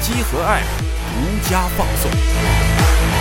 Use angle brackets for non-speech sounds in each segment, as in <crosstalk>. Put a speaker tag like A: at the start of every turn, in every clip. A: 积禾 App 独家放送。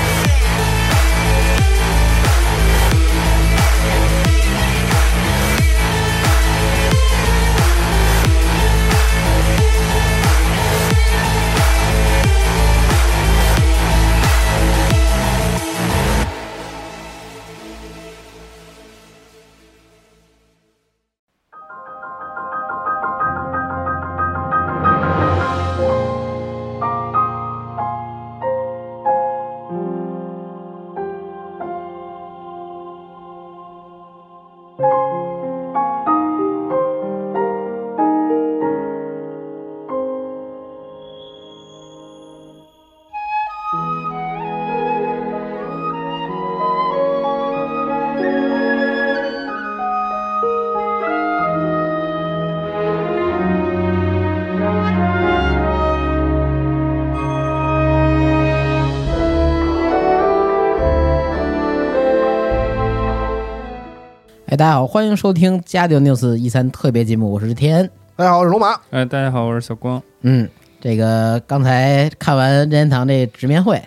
B: 哎，大家好，欢迎收听《加六 news 一三特别节目》，我是天。
C: 大家好，我是龙马。
D: 哎，大家好，我是小光。
B: 嗯，这个刚才看完任天堂这直面会，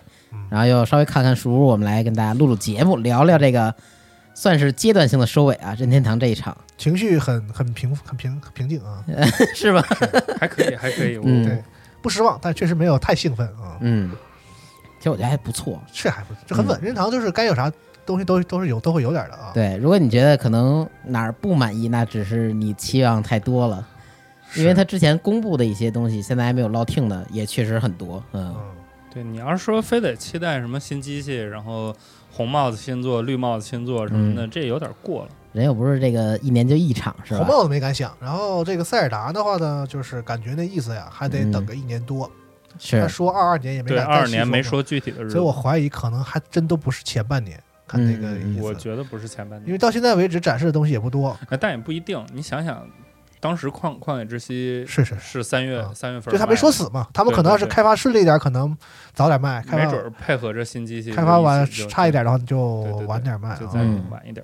B: 然后又稍微看看书，我们来跟大家录录节目，聊聊这个算是阶段性的收尾啊，任天堂这一 <laughs> 场
C: 情绪很很平很平很平静啊，
B: 是吧？
D: <laughs> 还可以，还可以，我、
B: 嗯
C: 对，不失望，但确实没有太兴奋啊。
B: 嗯，其实我觉得还不错。
C: 这还不这很稳，任天堂就是该有啥东西都都是有都会有点的啊。
B: 对，如果你觉得可能哪儿不满意，那只是你期望太多了，因为他之前公布的一些东西，现在还没有落听的，也确实很多。嗯，
C: 嗯，
D: 对你要是说非得期待什么新机器，然后红帽子新作、绿帽子新作什么的，这有点过了。
B: 人又不是这个一年就一场，是吧？
C: 红帽子没敢想。然后这个塞尔达的话呢，就是感觉那意思呀，还得
B: 嗯
C: 等个一年多。他
B: 是，
C: 说二二年也没
D: 对，
C: 敢，
D: 二二年没，说具体的日子，
C: 所以我怀疑可能还真都不是前半年。看那个
B: 嗯
C: 意
D: 我
C: 思，
D: 觉得不是前半
C: 因
D: 年，
C: 为到现在为止展示的东西也不多。
D: 哎但也不一定。你想想，当时旷旷野之息
C: 是是是，
D: 是三月
C: 啊
D: 三、月份卖的，
C: 就他没说死嘛，他们可能要是
D: 对对对
C: 开发顺利一点，可能早点卖；开
D: 没
C: 发
D: 准儿配合着新机器
C: 开发完
D: 就起就
C: 差一点的话，你就
D: 对对对
C: 晚点卖啊。
D: 就再
B: 嗯
D: 晚一点。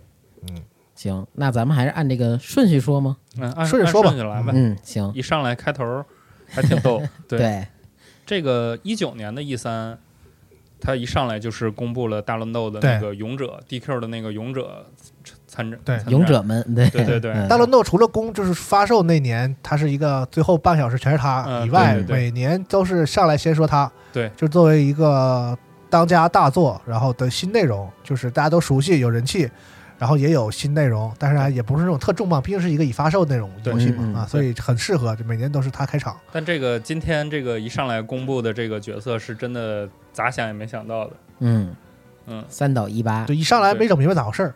B: 行，那咱们还是按这个顺序说吗？
D: 嗯，按
C: 顺着
D: 按
C: 说吧
D: 顺序来吧。
B: 嗯，行，
D: 一上来开头还挺
C: <laughs>
D: 逗，对
B: 对，
D: 这个一九年的 E 三，它一上来就是公布了大乱斗的那个勇者 DQ 的那个勇者参战，
C: 对
D: 参战
B: 勇，者们，对
D: 对对对
B: 嗯
C: 大乱斗除了公就是发售那年，它是一个最后半小时全是它
D: 嗯
C: 以外，
D: 对对对
C: 每年都是上来先说它，
D: 对
C: 就作为一个当家大作，然后的新内容就是大家都熟悉，有人气，然后也有新内容，但是还也不是那种特重磅，毕竟是一个已发售内容
D: 对
C: 游戏
B: 嗯嗯
C: 嘛啊，所以很适合，就每年都是它开场。
D: 但这个今天这个一上来公布的这个角色是真的咋想也没想到的，
B: 嗯，，
C: <laughs>
D: 嗯
B: 三岛一八，
C: 就一上来
D: 对
C: 没整明白咋回事儿，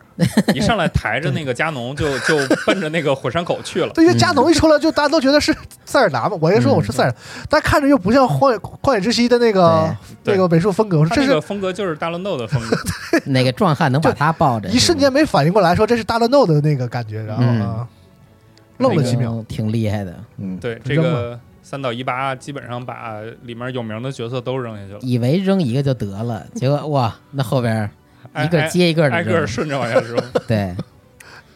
D: 一上来抬着那个加农就就奔着那个火山口去了，
C: 对，因为加农一出来就大家都觉得是塞尔达嘛，我也说我
D: 嗯
C: 是塞尔达，但看着又不像荒野旷野之息的那个
D: 对
C: 那个美术风格，我说
D: 他
C: 这
D: 那
C: 是
D: 个风格就是大乱斗的风
C: <laughs>
D: 格，
B: 那个壮汉能把他抱着，
C: 一瞬间没反应过来，说这是大乱斗的那个感觉，然后
B: 嗯
C: 啊，愣了几秒。
B: 那个挺厉害的，嗯，
D: 对
C: 就
D: 这
C: 扔了
D: 个。三到一八基本上把里面有名的角色都扔下去了，
B: 以为扔一个就得了，结果哇，那后边
D: 挨
B: 一个接一个的
D: 挨挨个
B: 扔，
D: 顺着往下扔。
B: 对，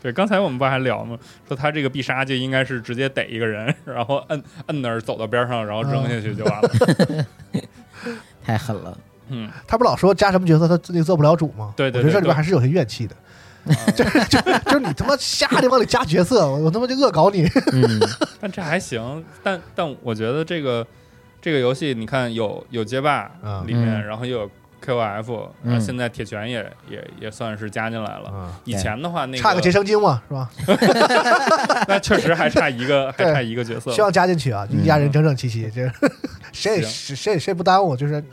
D: 对，刚才我们不还聊吗？说他这个必杀就应该是直接逮一个人，然后摁摁那儿走到边上，然后扔下去就完了。
B: 太狠了，
D: <laughs> 嗯，
C: 他不老说加什么角色他自己做不了主吗？
D: 对对
C: 我觉得这
D: 对
C: 里边还是有些怨气的，
D: 啊
C: <laughs> 就是就就是你他妈瞎的往里加角色，我我他妈就恶搞你。
D: <laughs>
B: 嗯，
D: 但这还行。但但我觉得这个这个游戏，你看有有街霸
C: 嗯
D: 里面，
B: 嗯
D: 然后又有 KOF，、
B: 嗯
D: 现在铁拳也也也算是加进来了。
C: 嗯，
D: 以前的话，啊
C: <laughs>
D: 那
C: 差个结生精嘛，是吧？
D: 那确实还差一个，还
C: 对
D: 差一个角色了。
C: 希望加进去啊，
B: 嗯
C: 一家人整整齐齐，这谁也谁也谁也不耽误，就是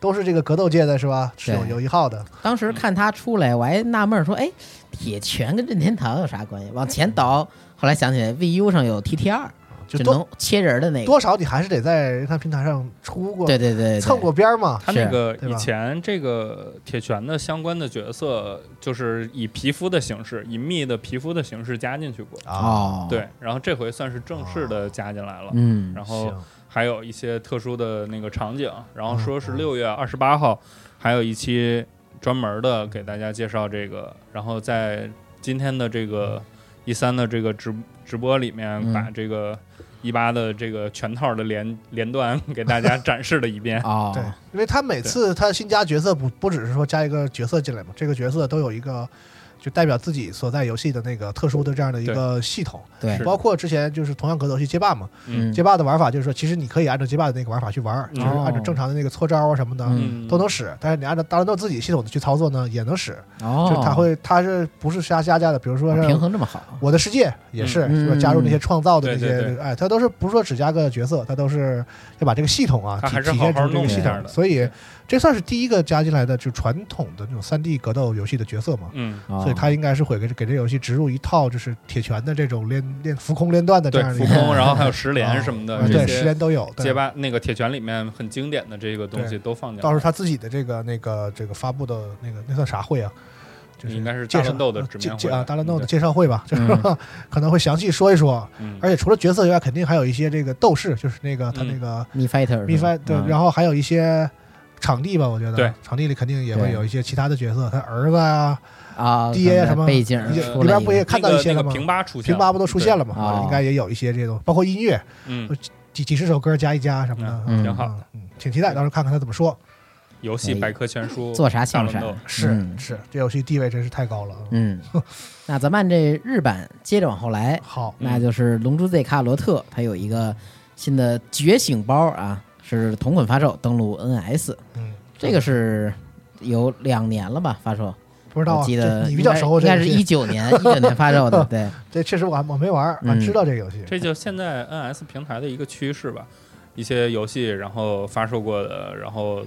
C: 都是这个格斗界的是吧？是有
B: 对
C: 有一号的，
B: 当时看他出来，我还纳闷儿说：“哎，铁拳跟任天堂有啥关系？”往前倒，后来想起来，VU 上有 TT 二，
C: 就
B: 只
C: 多
B: 能切人的那个。
C: 多少你还是得在人家平台上出过
B: 对对对，对
C: 蹭过边儿嘛。
D: 他那
B: 是
D: 个
C: 对
D: 以
C: 吧
D: 前这个铁拳的相关的角色，就是以皮肤的形式，以密的皮肤的形式加进去过。
C: 啊
B: 哦，，
D: 对，然后这回算是正式的加进
C: 哦
D: 来了。
B: 嗯，
D: 然后
C: 行，
D: 还有一些特殊的那个场景，然后说是
C: 嗯嗯
D: 六月二十八号，还有一期专门的给大家介绍这个。然后在今天的这
C: 嗯
D: 个一三的这个直直播里面，
B: 嗯。
D: 把这个一八的这个全套的连
C: <laughs>
D: 连段给大家展示了一遍
B: 哦，
C: 对，因为他每次他新加角色不不只是说加一个角色进来嘛，这个角色都有一个就代表自己所在游戏的那个特殊的这样的一个系统，
B: 对
D: 是
C: 包括之前就是同样格斗游戏街霸嘛，
B: 嗯，
C: 街霸的玩法就是说，其实你可以按照街霸的那个玩法去玩儿，
D: 嗯
C: 就是按照正常的那个搓招啊什么的。
B: 嗯
D: 嗯，
C: 都能使，但是你按照大乱斗自己系统的去操作呢，也能使。
B: 哦，
C: 就它会，它是不是加加价的？比如说
B: 啊平
C: 是
B: 衡这么好，
C: 我的世界也是，
B: 嗯
C: 是吧？加入那些创造的那
D: 对对
C: 些
D: 对，
C: 哎，它都是不是说只加个角色，它都是要把这个系统啊
D: 它
C: 体
D: 还是
C: 体
D: 好好
C: 现出这
D: 弄
C: 个
D: 一
C: 系
D: 下
C: 统
D: 的。
C: 所以
D: 对
C: 这算是第一个加进来的，就传统的那种三 D 格斗游戏的角色嘛。
D: 嗯，
B: 哦
C: 所以它应该是会给给这游戏植入一套就是铁拳的这种连连浮空连段的这
D: 对，
C: 样的
D: 浮
C: 一个
D: 空，然后还
C: <laughs>
D: 有十连什么
C: 啊
D: 的，这
C: 对，十
D: 些
C: 连都有。对
D: 街霸那个铁拳里面很经典的这个东西都放进
C: 到时候
D: 来。
C: 他自己的这个那个这个发布的那个那算啥会啊？就是
D: 应该是
C: 介
D: 大
C: 绍
D: 乱斗的直
C: 介
D: 面
C: 介
D: 会
C: 啊，大乱斗的
D: 对
C: 介绍会吧，就是
B: 嗯
C: <laughs> 可能会详细说一说。
D: 嗯
C: 而且除了角色以外，肯定还有一些这个斗士，就是那个他
D: 嗯
C: 那个
B: 密 fighter，嗯
C: 密番，对，然
B: 后
C: 后还有一些场地吧，我觉得
D: 对
C: 场地里肯定也会
B: 对
C: 有一些其他的角色，他儿子啊，
B: 啊，
C: 爹
B: 可能
C: 什么
B: 背景
D: 一
C: 里
D: 些
B: 出
C: 里
B: 来
C: 边
B: 一
C: 不也
B: 个，
C: 看到一些
D: 那
C: 了
D: 个
C: 吗
D: 那个？平八出现
C: 平
D: 了，
C: 八不都出现了
B: 哦
C: 吗？应该也有一些这种，包括音乐
D: 对？嗯，
C: 几几十首歌加一加什么的，
B: 嗯
D: 挺好
C: 嗯，嗯挺期待，到时候看看他怎么说。
D: 游
C: 哎
D: 戏百科全书
B: 做啥像啥
D: 大乱斗，
C: 是
B: 嗯
C: 是，这游戏地位真是太高了。嗯 <laughs>
B: 嗯，那咱们按这日版接着往后来，
C: 好，
B: 那就是《龙珠 Z 卡罗特》，它有一个新的觉醒包啊，是同捆发售，登陆 NS，
C: 嗯，
B: 这个是有两年了吧发售？
C: 不知道
B: 我
C: 啊，
B: 记得
C: 这你比较熟
B: 应
C: 这
B: 该
C: 个
B: 应该是
C: 游
B: 一
C: 戏，
B: 九
C: <laughs>
B: 年一九年发售的，对，
C: 这确实我还我没玩儿，我
B: 嗯
C: 知道这个游戏。
D: 这就现在 NS 平台的一个趋势吧。一些游戏然后发售过的，然后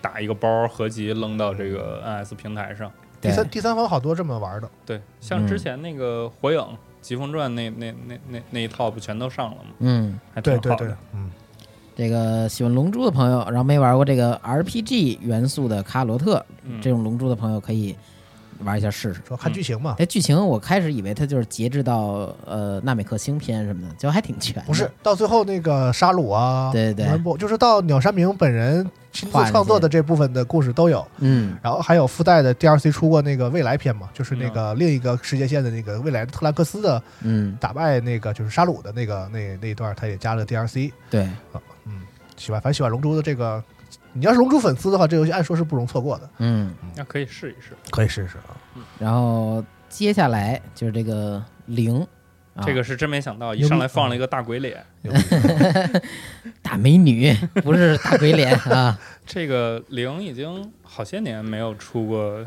D: 打一个包合集扔到这个 NS 平台上。
C: 第
B: 对
C: 三第三方好多这么玩儿的，
D: 对，像
C: 嗯
D: 之前那个《火影》《疾风传》那那那那那一套不全都上了吗？
B: 嗯，
D: 还挺
C: 对
D: 好
C: 对
D: 的。
C: 对，嗯，
B: 这个喜欢龙珠的朋友，然后没玩过这个 RPG 元素的卡罗特
D: 嗯
B: 这种龙珠的朋友，可以玩一下试试。
C: 主要看剧情嘛。
B: 哎，剧情我开始以为它就是截止到呃纳美克星篇什么的，结果还挺全的。
C: 不是，到最后那个沙鲁啊，
B: 嗯对对对
C: 文博就是到鸟山明本人亲自
B: 画那些
C: 创作的这部分的故事都有，
B: 嗯，
C: 然后还有附带的 DLC 出过那个未来篇嘛，就是那个另一个世界线的那个未来的特兰克斯的
B: 嗯
C: 打败那个就是沙鲁的那个那那一段，他也加了 DLC。
B: 对，
C: 嗯，喜欢反正喜欢龙珠的这个，你要是龙珠粉丝的话，这游戏按说是不容错过的，
B: 嗯。
D: 那可以试一试。
C: 可以试试啊。
B: 然后接下来就是这个零，啊、
D: 这个是真没想到，一上
C: 嗯
D: 来放了一个大鬼脸。
B: 大美女不是大鬼
C: <laughs>
B: 脸啊，
D: 这个零已经好些年没有出过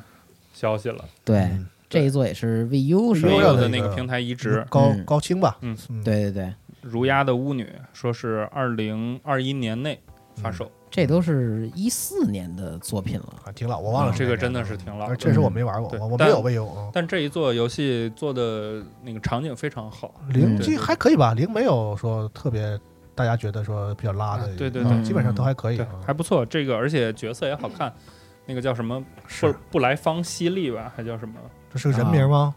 D: 消息了，
B: 对
C: 嗯，
B: 这一座也是 VU 是吧
C: 优
D: VU
C: 良
D: 的
C: 的
D: 那
C: 那
D: 个
C: 个
D: 平台移植。
C: 高
B: 嗯
C: 高清吧，
D: 嗯
C: 嗯，
B: 对对对，
D: 儒鸦的巫女，说是二零二一年内
C: 嗯
D: 发售，
C: 哦
B: 这都是一四年的作品了，
C: 啊，挺老，我忘了
D: 这个真的是挺老的
C: 而
B: 嗯
C: 确实我没玩过，
D: 对
C: 我我没
D: 但
C: 有 VU 啊。
D: 但这一座游戏做的那个场景非常好，啊
C: 零
B: 嗯
C: 这还可以吧，零没有说特别大家觉得说比较拉的，
D: 啊对对
B: 对
C: 嗯基本上都还可以
D: 对，
C: 啊。
D: 还不错。这个而且角色也好看，那个叫什么布
C: 是
D: 布莱方西利吧，还叫什么？
C: 这是个人名吗？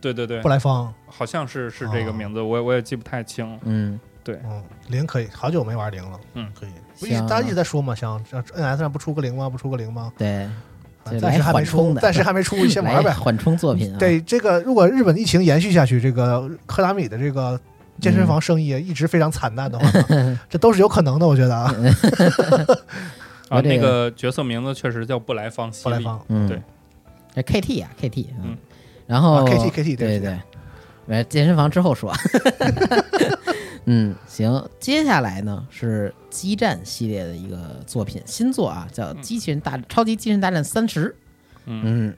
D: 对对对
C: 布，莱方，
D: 好像是是这个
C: 哦
D: 名字，我也我也记不太清了。
B: 嗯，
C: 嗯，零可以，好久没玩零了，
D: 嗯
C: 可以。不一直
B: 像
C: 大家一直在说嘛，像像 NS 上不出个零吗？不出个零吗？
B: 对，
C: 啊
B: 这
C: 暂时
B: 来
C: 还没
B: 缓冲
C: 出，
B: 的，
C: 暂时还没出，先玩
B: 来
C: 呗。
B: 缓冲作品啊，，
C: 对这个，如果日本疫情延续下去，这个科达米的这个健身房生意一直非常惨淡的
B: <laughs>
C: 话，这都是有可能的，我觉得啊。
B: 嗯
D: 啊，
B: 我这
D: 那
B: 个
D: 个角色名字确实叫布莱方西
C: 布莱
D: 利，
C: 方
B: 嗯，
D: 对，
B: 这 KT 啊 KT，
D: 嗯，
B: 然
C: 啊
B: 后
C: ，KT
B: 对
C: KT 对
B: 对，来健身房之后说， <laughs> 嗯，行，接下来呢是激战系列的一个作品，新作啊，叫《机器人大、超级机器人大战三十》。
D: 嗯
B: 嗯，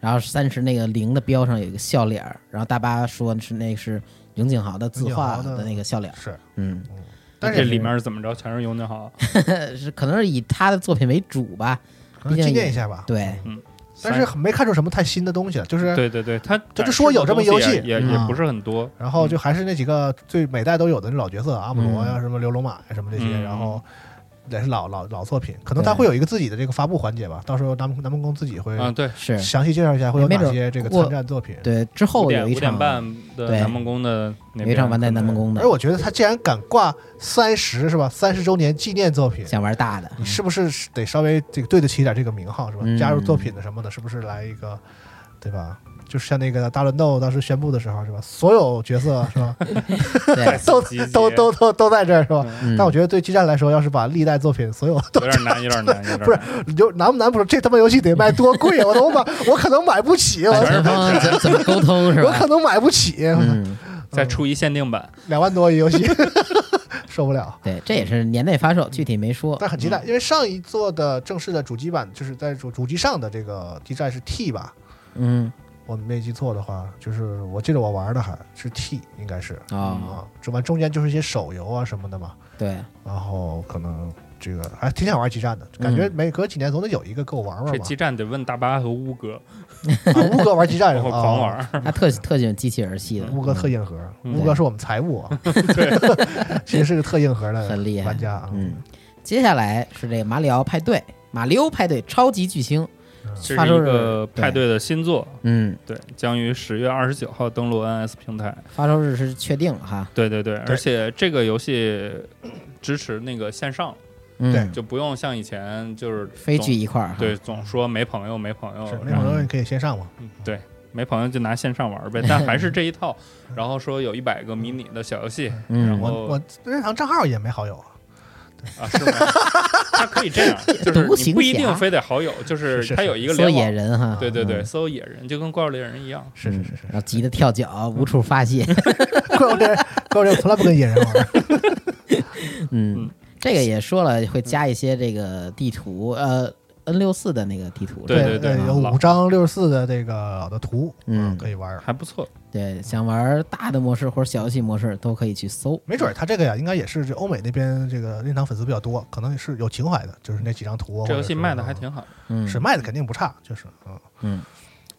B: 然后三十那个零的标上有一个笑脸儿，然后大巴说是那是永井豪的字画
C: 永井豪的
B: 的那个笑脸儿。
C: 是，
B: 嗯，
C: 但
D: 这
C: 是
D: 里面是怎么着？全是永井豪，
B: <laughs> 是可能是以他的作品为主吧。
C: 可能
B: 毕竟
C: 纪啊念
B: 也
C: 一下吧。
B: 对，
C: 但是没看出什么太新的东西了，就是啊
D: 对对对，他
C: 他就说有这么游戏
D: 也也
B: 嗯
D: 也不是很多，
C: 然后就还是那几个最每代都有的那老角色，阿姆罗呀、
B: 嗯
C: 什么刘龙马呀、什么这些，
D: 嗯
C: 然后也是老老老作品，可能他
B: 对
C: 会有一个自己的这个发布环节吧，到时候咱们咱们公自己会
D: 嗯，对，
B: 是，
C: 详细介绍一下会有
B: 没
C: 哪
B: 准
C: 些这个
B: 过
C: 参战作品。
B: 对，之
D: 五
B: 后有
D: 点
B: 一
D: 五点
B: 场，
D: 半的
B: 对
D: 南梦宫的那
B: 有一场完蛋南梦
D: 宫，
B: 宫的
C: 而，我觉得他既然敢挂三十是吧，三十周年纪念作品，
B: 想玩大
C: <laughs>
B: 的，
C: 你是不是得稍微这个对得起一点这个名号是吧？
B: 嗯
C: 加入作品的什么的，是不是来一个，对吧？就是像那个大乱斗当时宣布的时候是吧，所有角色是
D: <laughs>
C: 吧， <laughs>
B: 对，
C: 都
D: 集结
C: 都都都都在这儿是吧？
D: 嗯
B: 嗯
C: 但我觉得对基站来说，要是把历代作品所有
D: <laughs> 有点难，有点难，
B: <laughs>
D: 有点
C: 不是
D: 难。
B: 嗯
C: 你就难不难不是这他妈游戏得卖多贵啊！我都买，我可能买
B: <laughs>
C: 不起，我
B: 版权方嗯怎么怎么沟
C: <laughs>
B: 通是
C: 我
B: 吧
C: 可？能买不起，
B: 嗯，
D: 再出一限定版，
C: 两万多一游戏
B: <laughs>
C: 受不了。
B: 对，这也是年内发售，具体没说。
C: 但很期待，因为上一座的正式的主机版就是在主主机上的这个基站是 T 吧，
B: 嗯，
C: 我没记错的话，就是我记得我玩的还是 T，应该是
B: 哦，
C: 啊，这完中间就是一些手游啊什么的嘛，
B: 对，
C: 然后可能这个还挺想玩基站的，感觉
B: 嗯
C: 每隔几年总得有一个给我玩玩
D: 这
C: 吧。
D: 基站得问大巴和乌哥，
C: 啊乌哥玩基站
D: <laughs>
B: 哎
D: 然
C: 是吧
D: 后狂
C: 啊
D: 玩。
B: 他
C: <laughs>
B: 特特喜欢机器人系的，
C: 乌哥特硬核，
D: 嗯
C: 乌哥是我们财务 <laughs> 啊，其实是个特硬核的
B: 很厉害
C: 玩家啊。
B: 嗯，接下来是这个马里奥派对，马里奥派对超级巨星，
D: 嗯这
B: 发
D: 是
B: 售
D: 一
B: 日
D: 个
B: 对
D: 派对的新作，
B: 嗯，
D: 对，将于十月二十九号登陆 NS 平台。
B: 发售日是确定了哈，
D: 对对对，
C: 对
D: 而且这个游戏支持那个线上，
B: 嗯，
C: 对
D: 就不用像以前就是总
B: 非聚一块儿哈，
D: 对总说没朋友没朋友，
C: 是那
D: 然
C: 会
D: 后
C: 儿你可以线上嘛，
D: 对没朋友就拿线上玩呗，但还是这一
B: <laughs>
D: 套。然后说有一百个迷你的小游戏
B: 嗯
D: 然后
C: 我我任堂账号也没好友啊，
D: 啊，是吗？ <laughs> 它可以这样，就是
B: 独
D: 你
B: 行
D: 不一
B: 侠
D: 定非得好友，就是
C: 是
D: 是它有一个
B: 搜
D: 联
B: 野
D: 网。
B: 人
C: 啊
B: 哈，
D: 对对对，
B: 嗯，
D: 搜野人就跟怪物猎人一样，
C: 是是是是
B: 然后
C: <laughs>
B: 急得跳脚，无处发泄，
C: 是，怪物猎人，怪物猎人从来不跟野人玩，
B: 嗯
D: 嗯，
B: 这个也说了会加一些这个地图，呃，N 六四的那个地图，
D: <laughs> 对
B: 是吧
D: 对对
C: 呃有
D: 老
C: 五张六十四的这个老的图，
B: 嗯
C: 可以玩。
D: 还不错。
B: 对，想玩大的模式或者小游戏模式都可以去搜，
C: 没准儿他这个呀，应该也是这欧美那边这个任堂粉丝比较多，可能是有情怀的，就是那几张图啊。
D: 这游
C: 或者是
D: 戏卖的还挺好。
B: 嗯，
C: 是卖的肯定不差，就是嗯，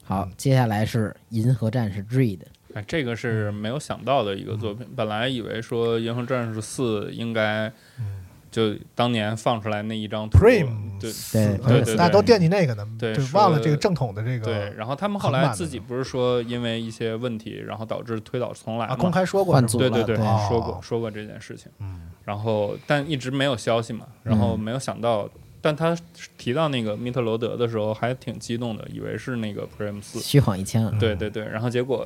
B: 好，接下来是银河战士 Dread，
D: 哎，这个
C: 嗯
D: 是没有想到的一个作品。本来以为说《银河战士四》应该
C: 嗯
D: 就当年放出来那一张图
C: Prime
D: 对
B: 对
C: 嗯
D: 对对
C: 大家都惦记那个呢，
D: 对
C: 就
D: 说
C: 忘了这个正统的这
D: 对。
C: 个
D: 然后他们后来自己不是说因为一些问题，然后导致推倒重来
C: 啊，
D: 嘛？
C: 公开说过
B: 换
C: 是吗
B: 组
D: 对对对，
B: 对
D: 说
C: 哦
D: 过说过这件事情。
C: 嗯，
D: 然后但一直没有消息嘛，然后没有想到。但他提到那个密特罗德的时候，还挺激动的，以为是那个 Prime
C: 嗯
D: 四，
B: 虚晃一枪啊，
D: 对对对，然后结果、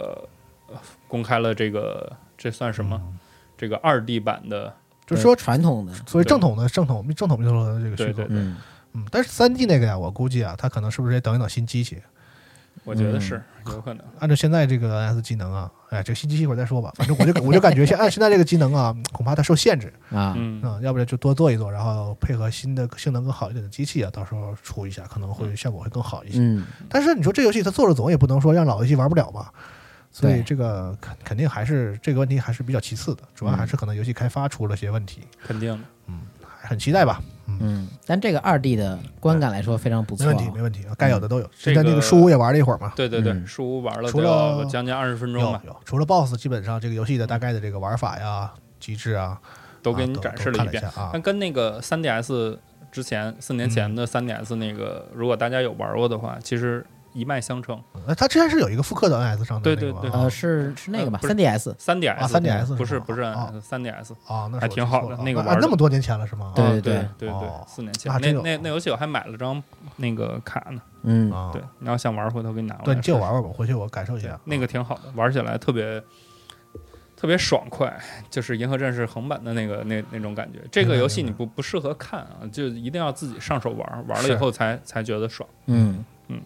D: 呃公开了这个，这算什么？
C: 嗯
D: 这个二 D 版的，
C: 就是说
B: 传统的，
C: 所以
D: 对
C: 正统的正统正统密特罗德这个虚构
D: 对对，
B: 嗯，
C: 嗯，但是三 D 那个呀，我估计啊，它可能是不是也等一等新机器？
D: 我觉得
B: 嗯
D: 是、有可能。
C: 按照现在这个 NS 技能啊，哎，这个新机器一会儿再说吧。反正我就我就感觉现按现在这个技能啊，恐怕它受限制
B: 啊，
D: 嗯，
C: 嗯，要不然就多做一做，然后配合新的性能更好一点的机器啊，到时候出一下，可能会效果会更好一些。
B: 嗯，
C: 但是你说这游戏它做着总也不能说让老游戏玩不了吧，所以
B: 对
C: 这个肯肯定还是这个问题还是比较其次的，主要还是可能游戏开发出了些问题，
D: 肯定的。
C: 很期待吧。
B: 嗯，但这个二 D 的观感来说非常不
C: 没
B: 错啊，
C: 问题，没问题，啊该有的都有。之
D: 嗯这
C: 前那
D: 个
C: 个书屋也玩了一会儿嘛，
D: 对对对，
B: 嗯
D: 树屋玩了
C: 除
D: 得有
C: 了
D: 将近二十分钟
C: 有
D: 吧，
C: 有，除了 BOSS，基本上这个游戏的大概的这个玩法呀、机制啊，
D: 都给
C: 啊
D: 你展示
C: 都
D: 了
C: 看
D: 一
C: 了
D: 遍。
C: 下啊嗯
D: 但。跟那个 3DS 之前四年前的 3DS 那个，如果大家有玩过的话，其实一脉相承。
C: 呃，它之前是有一个复刻的 NS 上的
D: 对
C: 那
D: 对
C: 个
D: 对
C: 吗
B: 呃，是是那个吧，
D: 呃不是
B: 三 DS，
D: 3DS
C: 啊 3DS 是
D: 不是
C: 吗
D: 不是
C: 啊
D: 3DS，
C: 啊，那是
D: 还
C: 我
D: 挺
C: 记
D: 好
C: 错
D: 的
C: 了
D: 那个
C: 啊
D: 玩
C: 啊
D: 的
C: 那么多年前了是吗？
B: 对
C: 啊
D: 对
B: 对
D: 对
C: 哦
D: 对，四年前
C: 那
D: 那
C: 真有
D: 那那游戏我还买了张那个卡呢。
B: 嗯，
C: 啊，
D: 对，你要想玩，回头给你拿过来。
C: 对，你借我玩玩吧，回去我感受一
B: 啊
C: 下。啊
D: 那个挺好的，玩起来特别特别爽快，就是《银河战士》横版的那个那那种感觉。这个游戏你不不适合看啊，就一定要自己上手玩，玩了以后才才觉得爽。
B: 嗯
D: 嗯，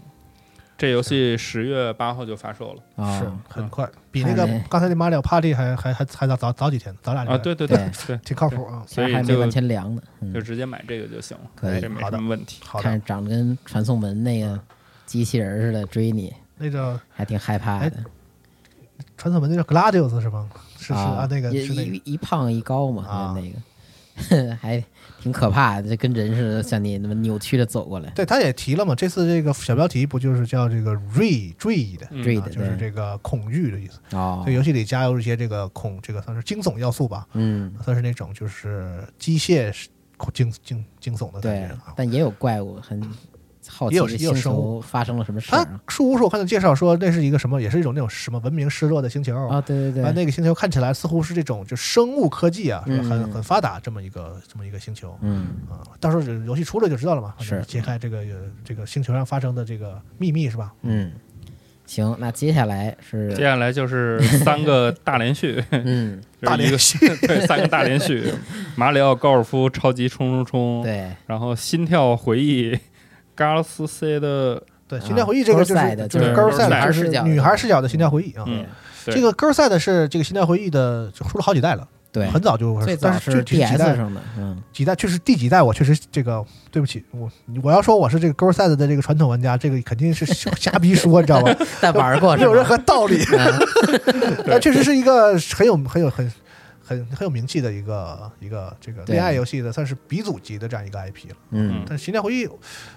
D: 这游戏十月八号就发售了
B: 啊，
C: 是很快，比那
B: 看
C: 个
B: 来
C: 刚才那马里奥 Party 还还还还早早早几天，早俩礼拜
D: 啊！，对对
B: 对
D: 对，
C: 挺靠谱啊。
B: 虽然
D: 所以
B: 还没
D: 就
B: 完全凉呢，
D: 就
B: 嗯，
D: 直接买这个就行了，
B: 可以
D: 这没
C: 好
D: 什
C: 的
D: 么问题。
C: 好的嗯
B: 看，着长得跟传送门那个机器人似的追你，
C: 那个
B: 还挺害
C: 哎
B: 怕的。
C: 传统门那叫 Gladius 是吗？是是
B: 啊
C: 啊，，那个
B: 一
C: 是那个
B: 一一胖一高嘛，
C: 啊
B: 那个 <laughs> 还挺可怕的，就跟人似的，向你那么扭曲的走过来，
C: 对，他也提了嘛，这次这个小标题不就是叫这个 “re” 追的，
D: 嗯
B: 追
C: 啊
B: 的，
C: 就是
B: 对
C: 这个恐惧的意思。
B: 哦
C: 对，，游戏里加入一些这个恐，这个算是惊悚要素吧，
B: 嗯，
C: 算是那种就是机械是恐惊惊惊悚的感
B: 对
C: 觉啊，。
B: 但也有怪物，很好奇
C: 也有
B: 这
C: 也有
B: 星
C: 生
B: 球
C: 物
B: 发生了什么事儿
C: 他
B: 啊？
C: 树屋是我看到介绍说那是一个什么，也是一种那种什么文明失落的星球。
B: 哦，对对
C: 啊，
B: 对，
C: 那个星球看起来似乎是这种就生物科技啊，是
B: 嗯
C: 很很发达这么一个这么一个星球
B: 嗯，
C: 啊。到时候游戏出了就知道了嘛，
B: 是
C: 你揭开这个呃这个星球上发生的这个秘密是吧？
B: 嗯，行，那接下来是
D: 接下来就是三个大
B: <laughs>
D: 连续，
B: 嗯，
D: 就是一个 <laughs> 对，三个大
B: <laughs>
D: 连续，马里奥高尔夫超级冲冲冲，
B: 对，
D: 然后心跳回忆，嘎拉斯 C 的，
C: 对，
B: 啊
C: 心跳回忆这个就
B: 勾赛的
C: 是就是
D: 对
C: 高
D: 勾赛
C: 赛
B: 女
C: 的，
B: 孩
C: 就
B: 视
C: 是
B: 角的
C: 女孩视角的心跳回忆啊。
D: 嗯，对
C: 这个高赛的是这个心跳回忆的，就出了好几代了，
B: 对，
C: 很早就，
B: 最
C: 但
B: 早
C: 是具体几
B: DS
C: 代
B: 上的，嗯，
C: 几代确实第几代，我确实这个对不起，我我要说我是这个高赛的这个传统玩家，这个肯定是瞎 <laughs> 逼说，你知道吗？
B: 但玩过
C: <laughs>
B: 啊
C: 没
B: 是
C: 有任
B: 吧？
C: 何
B: <laughs>
C: 道理。
B: 嗯
C: <laughs> 但确实是一个很有很有很很很有名气的一个一个这个
B: 对
C: 恋爱游戏的，算是鼻祖级的这样一个 IP 了。
B: 嗯，
C: 但《心跳回忆》，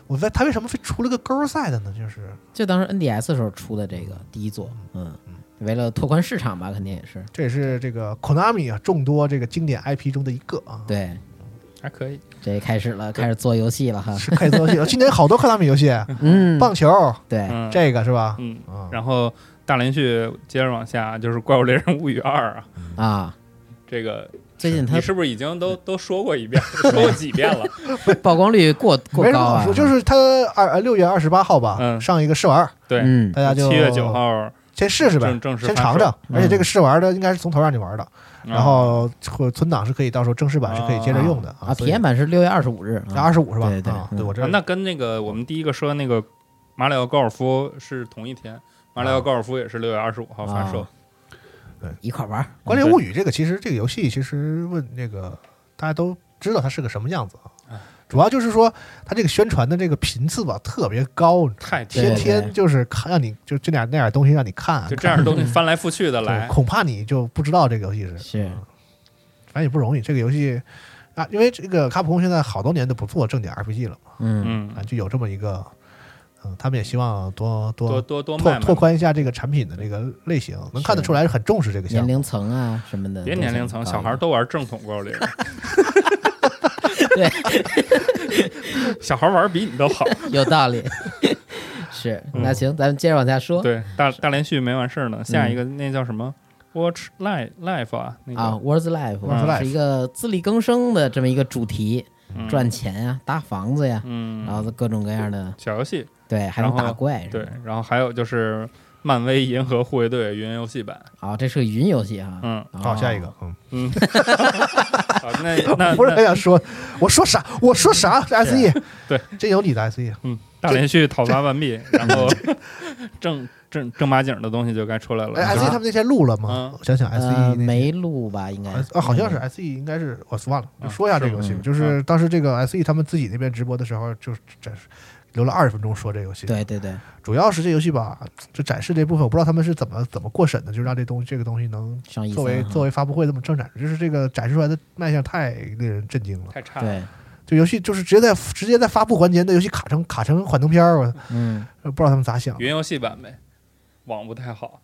C: 我在他为什么非出了个勾赛的呢？就是
B: 就当时 NDS 的时候出的这个第一作，嗯，为了拓宽市场吧，肯定也是，
C: 这也是这个 Konami 啊众多这个经典 IP 中的一个啊。
B: 对，
D: 还可以，
B: 这开始了，开始做游戏了哈，
C: 是可以做游
B: <laughs>
C: 戏，今年好多 Konami 游戏，
B: 啊嗯，
C: 棒球
B: 对，
D: 嗯，
C: 哎这个是吧？
D: 嗯，
C: 啊，
D: 然后大连续接着往下就是《怪物猎人物语二》啊，
C: 嗯
B: 啊，
D: 这个
B: 最近它
D: 你是不是已经都都说过一
C: <laughs>
D: 遍，说过几遍了？
B: 曝光率过过
C: 没什
B: 高
C: 么
B: 啊
C: 好，说，就是他呃六月二十八号吧
D: 嗯
C: 上一个试玩，
D: 对，
B: 嗯
C: 大家就
D: 七月九号，
C: 先试试呗
D: 正正，式
C: 先
D: 发
C: 尝
D: 售
C: 尝。而且这
B: 嗯
C: 个试玩的应该是从头让你玩的，
D: 啊
C: 然后或者存档是可以，到时候正式版是可以接着用的
B: 啊，体验版是六月二十五日啊
C: 二十五是吧？
B: 对对
C: 啊
B: 嗯
C: 对我这
D: 啊那跟那个我们第一个说那个马里奥高尔夫是同一天，马里奥高尔夫也是六月二十五号发售。
C: 啊
B: 一块儿玩儿，
C: 《关联物语》这个其实这个游戏其实问那个大家都知道它是个什么样子
D: 哎
C: 啊，主要就是说它这个宣传的这个频次吧特别高，
D: 太
B: 对
C: 天
D: 天，
C: 天就是看让你就这点那点东西让你看，
D: 就这样的东西翻来覆去的
C: 看
D: 来
C: 对，恐怕你就不知道这个游戏是，
B: 是
C: 反正也不容易。这个游戏啊，因为这个卡普空现在好多年都不做正经 RPG 了嘛，
B: 嗯
D: 嗯
C: 啊，，就有这么一个，嗯，他们也希望多多
D: 多多多
C: 拓
D: 卖
C: 拓
D: 卖。
C: 宽一下这个产品的这个类型，能看得出来是很重视这个项
B: 年
C: 目。
B: 龄层啊什么的，
D: 别年龄层，小孩儿
B: 儿
D: 都玩正统怪物猎人。
B: 对，
D: 小孩儿玩比你都
C: <laughs>
D: 好。
B: 有道理，是
C: 嗯
B: 那行，咱们接着往下说
D: 对，大大连续没完事儿呢，下一
C: 嗯
D: 个那叫什么？Watch Life Life 啊，那
B: 啊
D: 个
B: ，Words Life
C: Words
B: 啊
C: Life
B: 是一个自力更生的这么一个主题，
D: 嗯
B: 赚钱啊，搭房子呀，
D: 嗯，
C: 啊
B: 然后各种各样的，
D: 小游戏
B: 对，还能
D: 然后
B: 打怪是
D: 对
B: 吧，
D: 然后还有就是漫威银河护卫队云游戏版，
B: 啊，这是个云游戏哈，
D: 嗯
B: 哦
C: 好，下一个，，嗯， <laughs>
D: 嗯，好那那
C: 不是很
D: 那
C: 想说，我说啥？我说啥？SE，
D: 对，
C: 真有你的 E？SE，
D: 嗯，大连续讨伐完毕，然后正正正八经的东西就该出来
C: 哎，SE 他
D: 了，
C: 们那天录了吗
D: 嗯？
C: 我想想
B: 呃，
C: ，SE E 那
B: 没录吧，应该嗯
C: 啊，好像是 SE，应该是我忘了，
D: 啊
C: 就说一下这个游戏
B: 是
C: 吧
B: 吗。
D: 嗯
C: 就是当时这个 SE 他们自己那边直播的时候，就是展示留了二十分钟说这游戏。，
B: 对对
D: <laughs>
B: 对，
C: 主要是这游戏吧，就展示这部分，我不知道他们是怎么怎么过审的，就让这东西这个东西能
B: 上一啊
C: 作为作
B: 为
C: 为发布会这么正展示，就是这个展示出来的卖相太令人震惊了。
D: 太差了，
B: 对，
C: 就游戏就是直接在直接在发布环节的游戏卡成卡成幻灯片儿，我呃
B: 嗯
C: 不知道他们咋想。
D: 云游戏版呗，网不太好，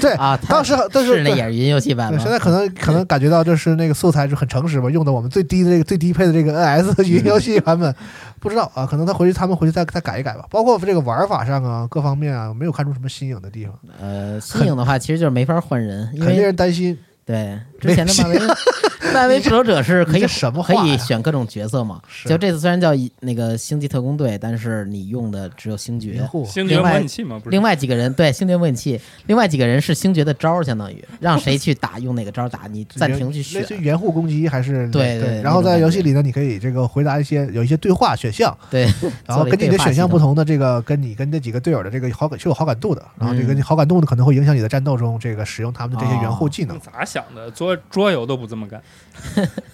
C: 对，
B: 啊，它
C: 哎当时但是
B: 是那也是云游戏版
C: 对
B: 吗？
C: 现在可能可能感觉到就是那个素材是很诚实吧，用的我们最低的这个最低配的这个 NS 云游戏版本，不知道啊，可能他回去他们回去再再改一改吧，包括这个玩法上啊各方面啊，没有看出什么新颖的地方，
B: 呃，新颖的话其实就是没法换人，因
C: 很令
B: 为
C: 人担心。
B: 对之
C: 没
B: 前的漫威漫威复仇者是可
C: 你
B: 以
C: 这什么
B: 可
C: 话呀
B: 以选各种角色嘛？
C: 是
B: 就这次虽然叫一那个星际特工队，但是你用的只有星
C: 迷
B: 爵。
C: 糊，
D: 星爵
B: 另外
D: 模拟器嘛，不是
B: 另外几个人对星爵模拟器，另外几个人是星爵的招儿，相当
C: <laughs>
B: 于让谁去打，用哪个招儿打，你暂停去选
C: 类。似于圆护攻击还是
B: 对对
C: 对
B: 那
C: 然后
B: 种
C: 在
B: 感
C: 游
B: 觉
C: 戏里呢，你可以这个回答一些有一些对话选项，
B: 对，
C: 然
B: 做
C: 后
B: 了一
C: 根据你
B: 对
C: 的
B: 话
C: 选
B: 系
C: 项不
B: 统，
C: 同的这个跟你跟这几个队友的这个好感是有好感度的，然后这个
B: 嗯哦
C: 你好感度呢可能会影响你的战斗中这个使用他们的这些援护技能。
D: 咋想的？桌桌游都不这么干，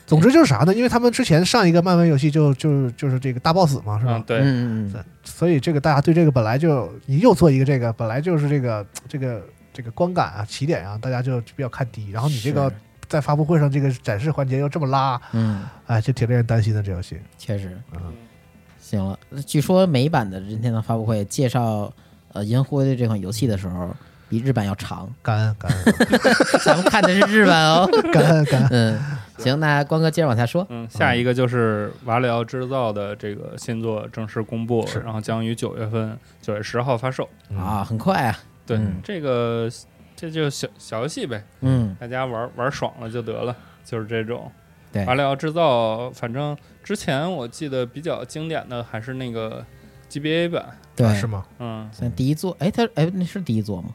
C: 总之就是啥呢？因为他们之前上一个漫威游戏就就就是这个大 boss 嘛，是吧？
D: 嗯，对，
B: 嗯嗯嗯，
C: 所以这个大家对这个本来就你又做一个这个本来就是这个这个这个观感啊起点啊，大家就就比较看低，然后你这个
B: 是
C: 在发布会上这个展示环节又这么拉，
B: 嗯，
C: 哎，就挺令人担心的这游戏。
B: 确实
C: 嗯，
B: 行了。据说美版的任天堂发布会介绍呃《银护卫队》这款游戏的时候，比日版要
C: <laughs>
B: 长。
C: 感恩感恩
B: 咱们看的是日版
C: <laughs>
B: 哦。
C: 感恩感恩，
B: 嗯，行，那光哥接着往下说。
D: 嗯，下一个就是瓦里奥制造的这个新作正式公布，
C: 是
D: 然后将于九月份九月十号发售。
B: <laughs>
C: 嗯
B: 啊，很快啊，
D: 对，
B: 嗯
D: 这个这就是小小游戏呗，
B: 嗯，
D: 大家玩玩爽了就得了，就是这种。
B: 对
D: 瓦里奥制造，反正之前我记得比较经典的还是那个 GBA 版，
B: 对，
C: 是吗？
D: 嗯，
B: 算第一座，哎，他哎，那是第一座吗？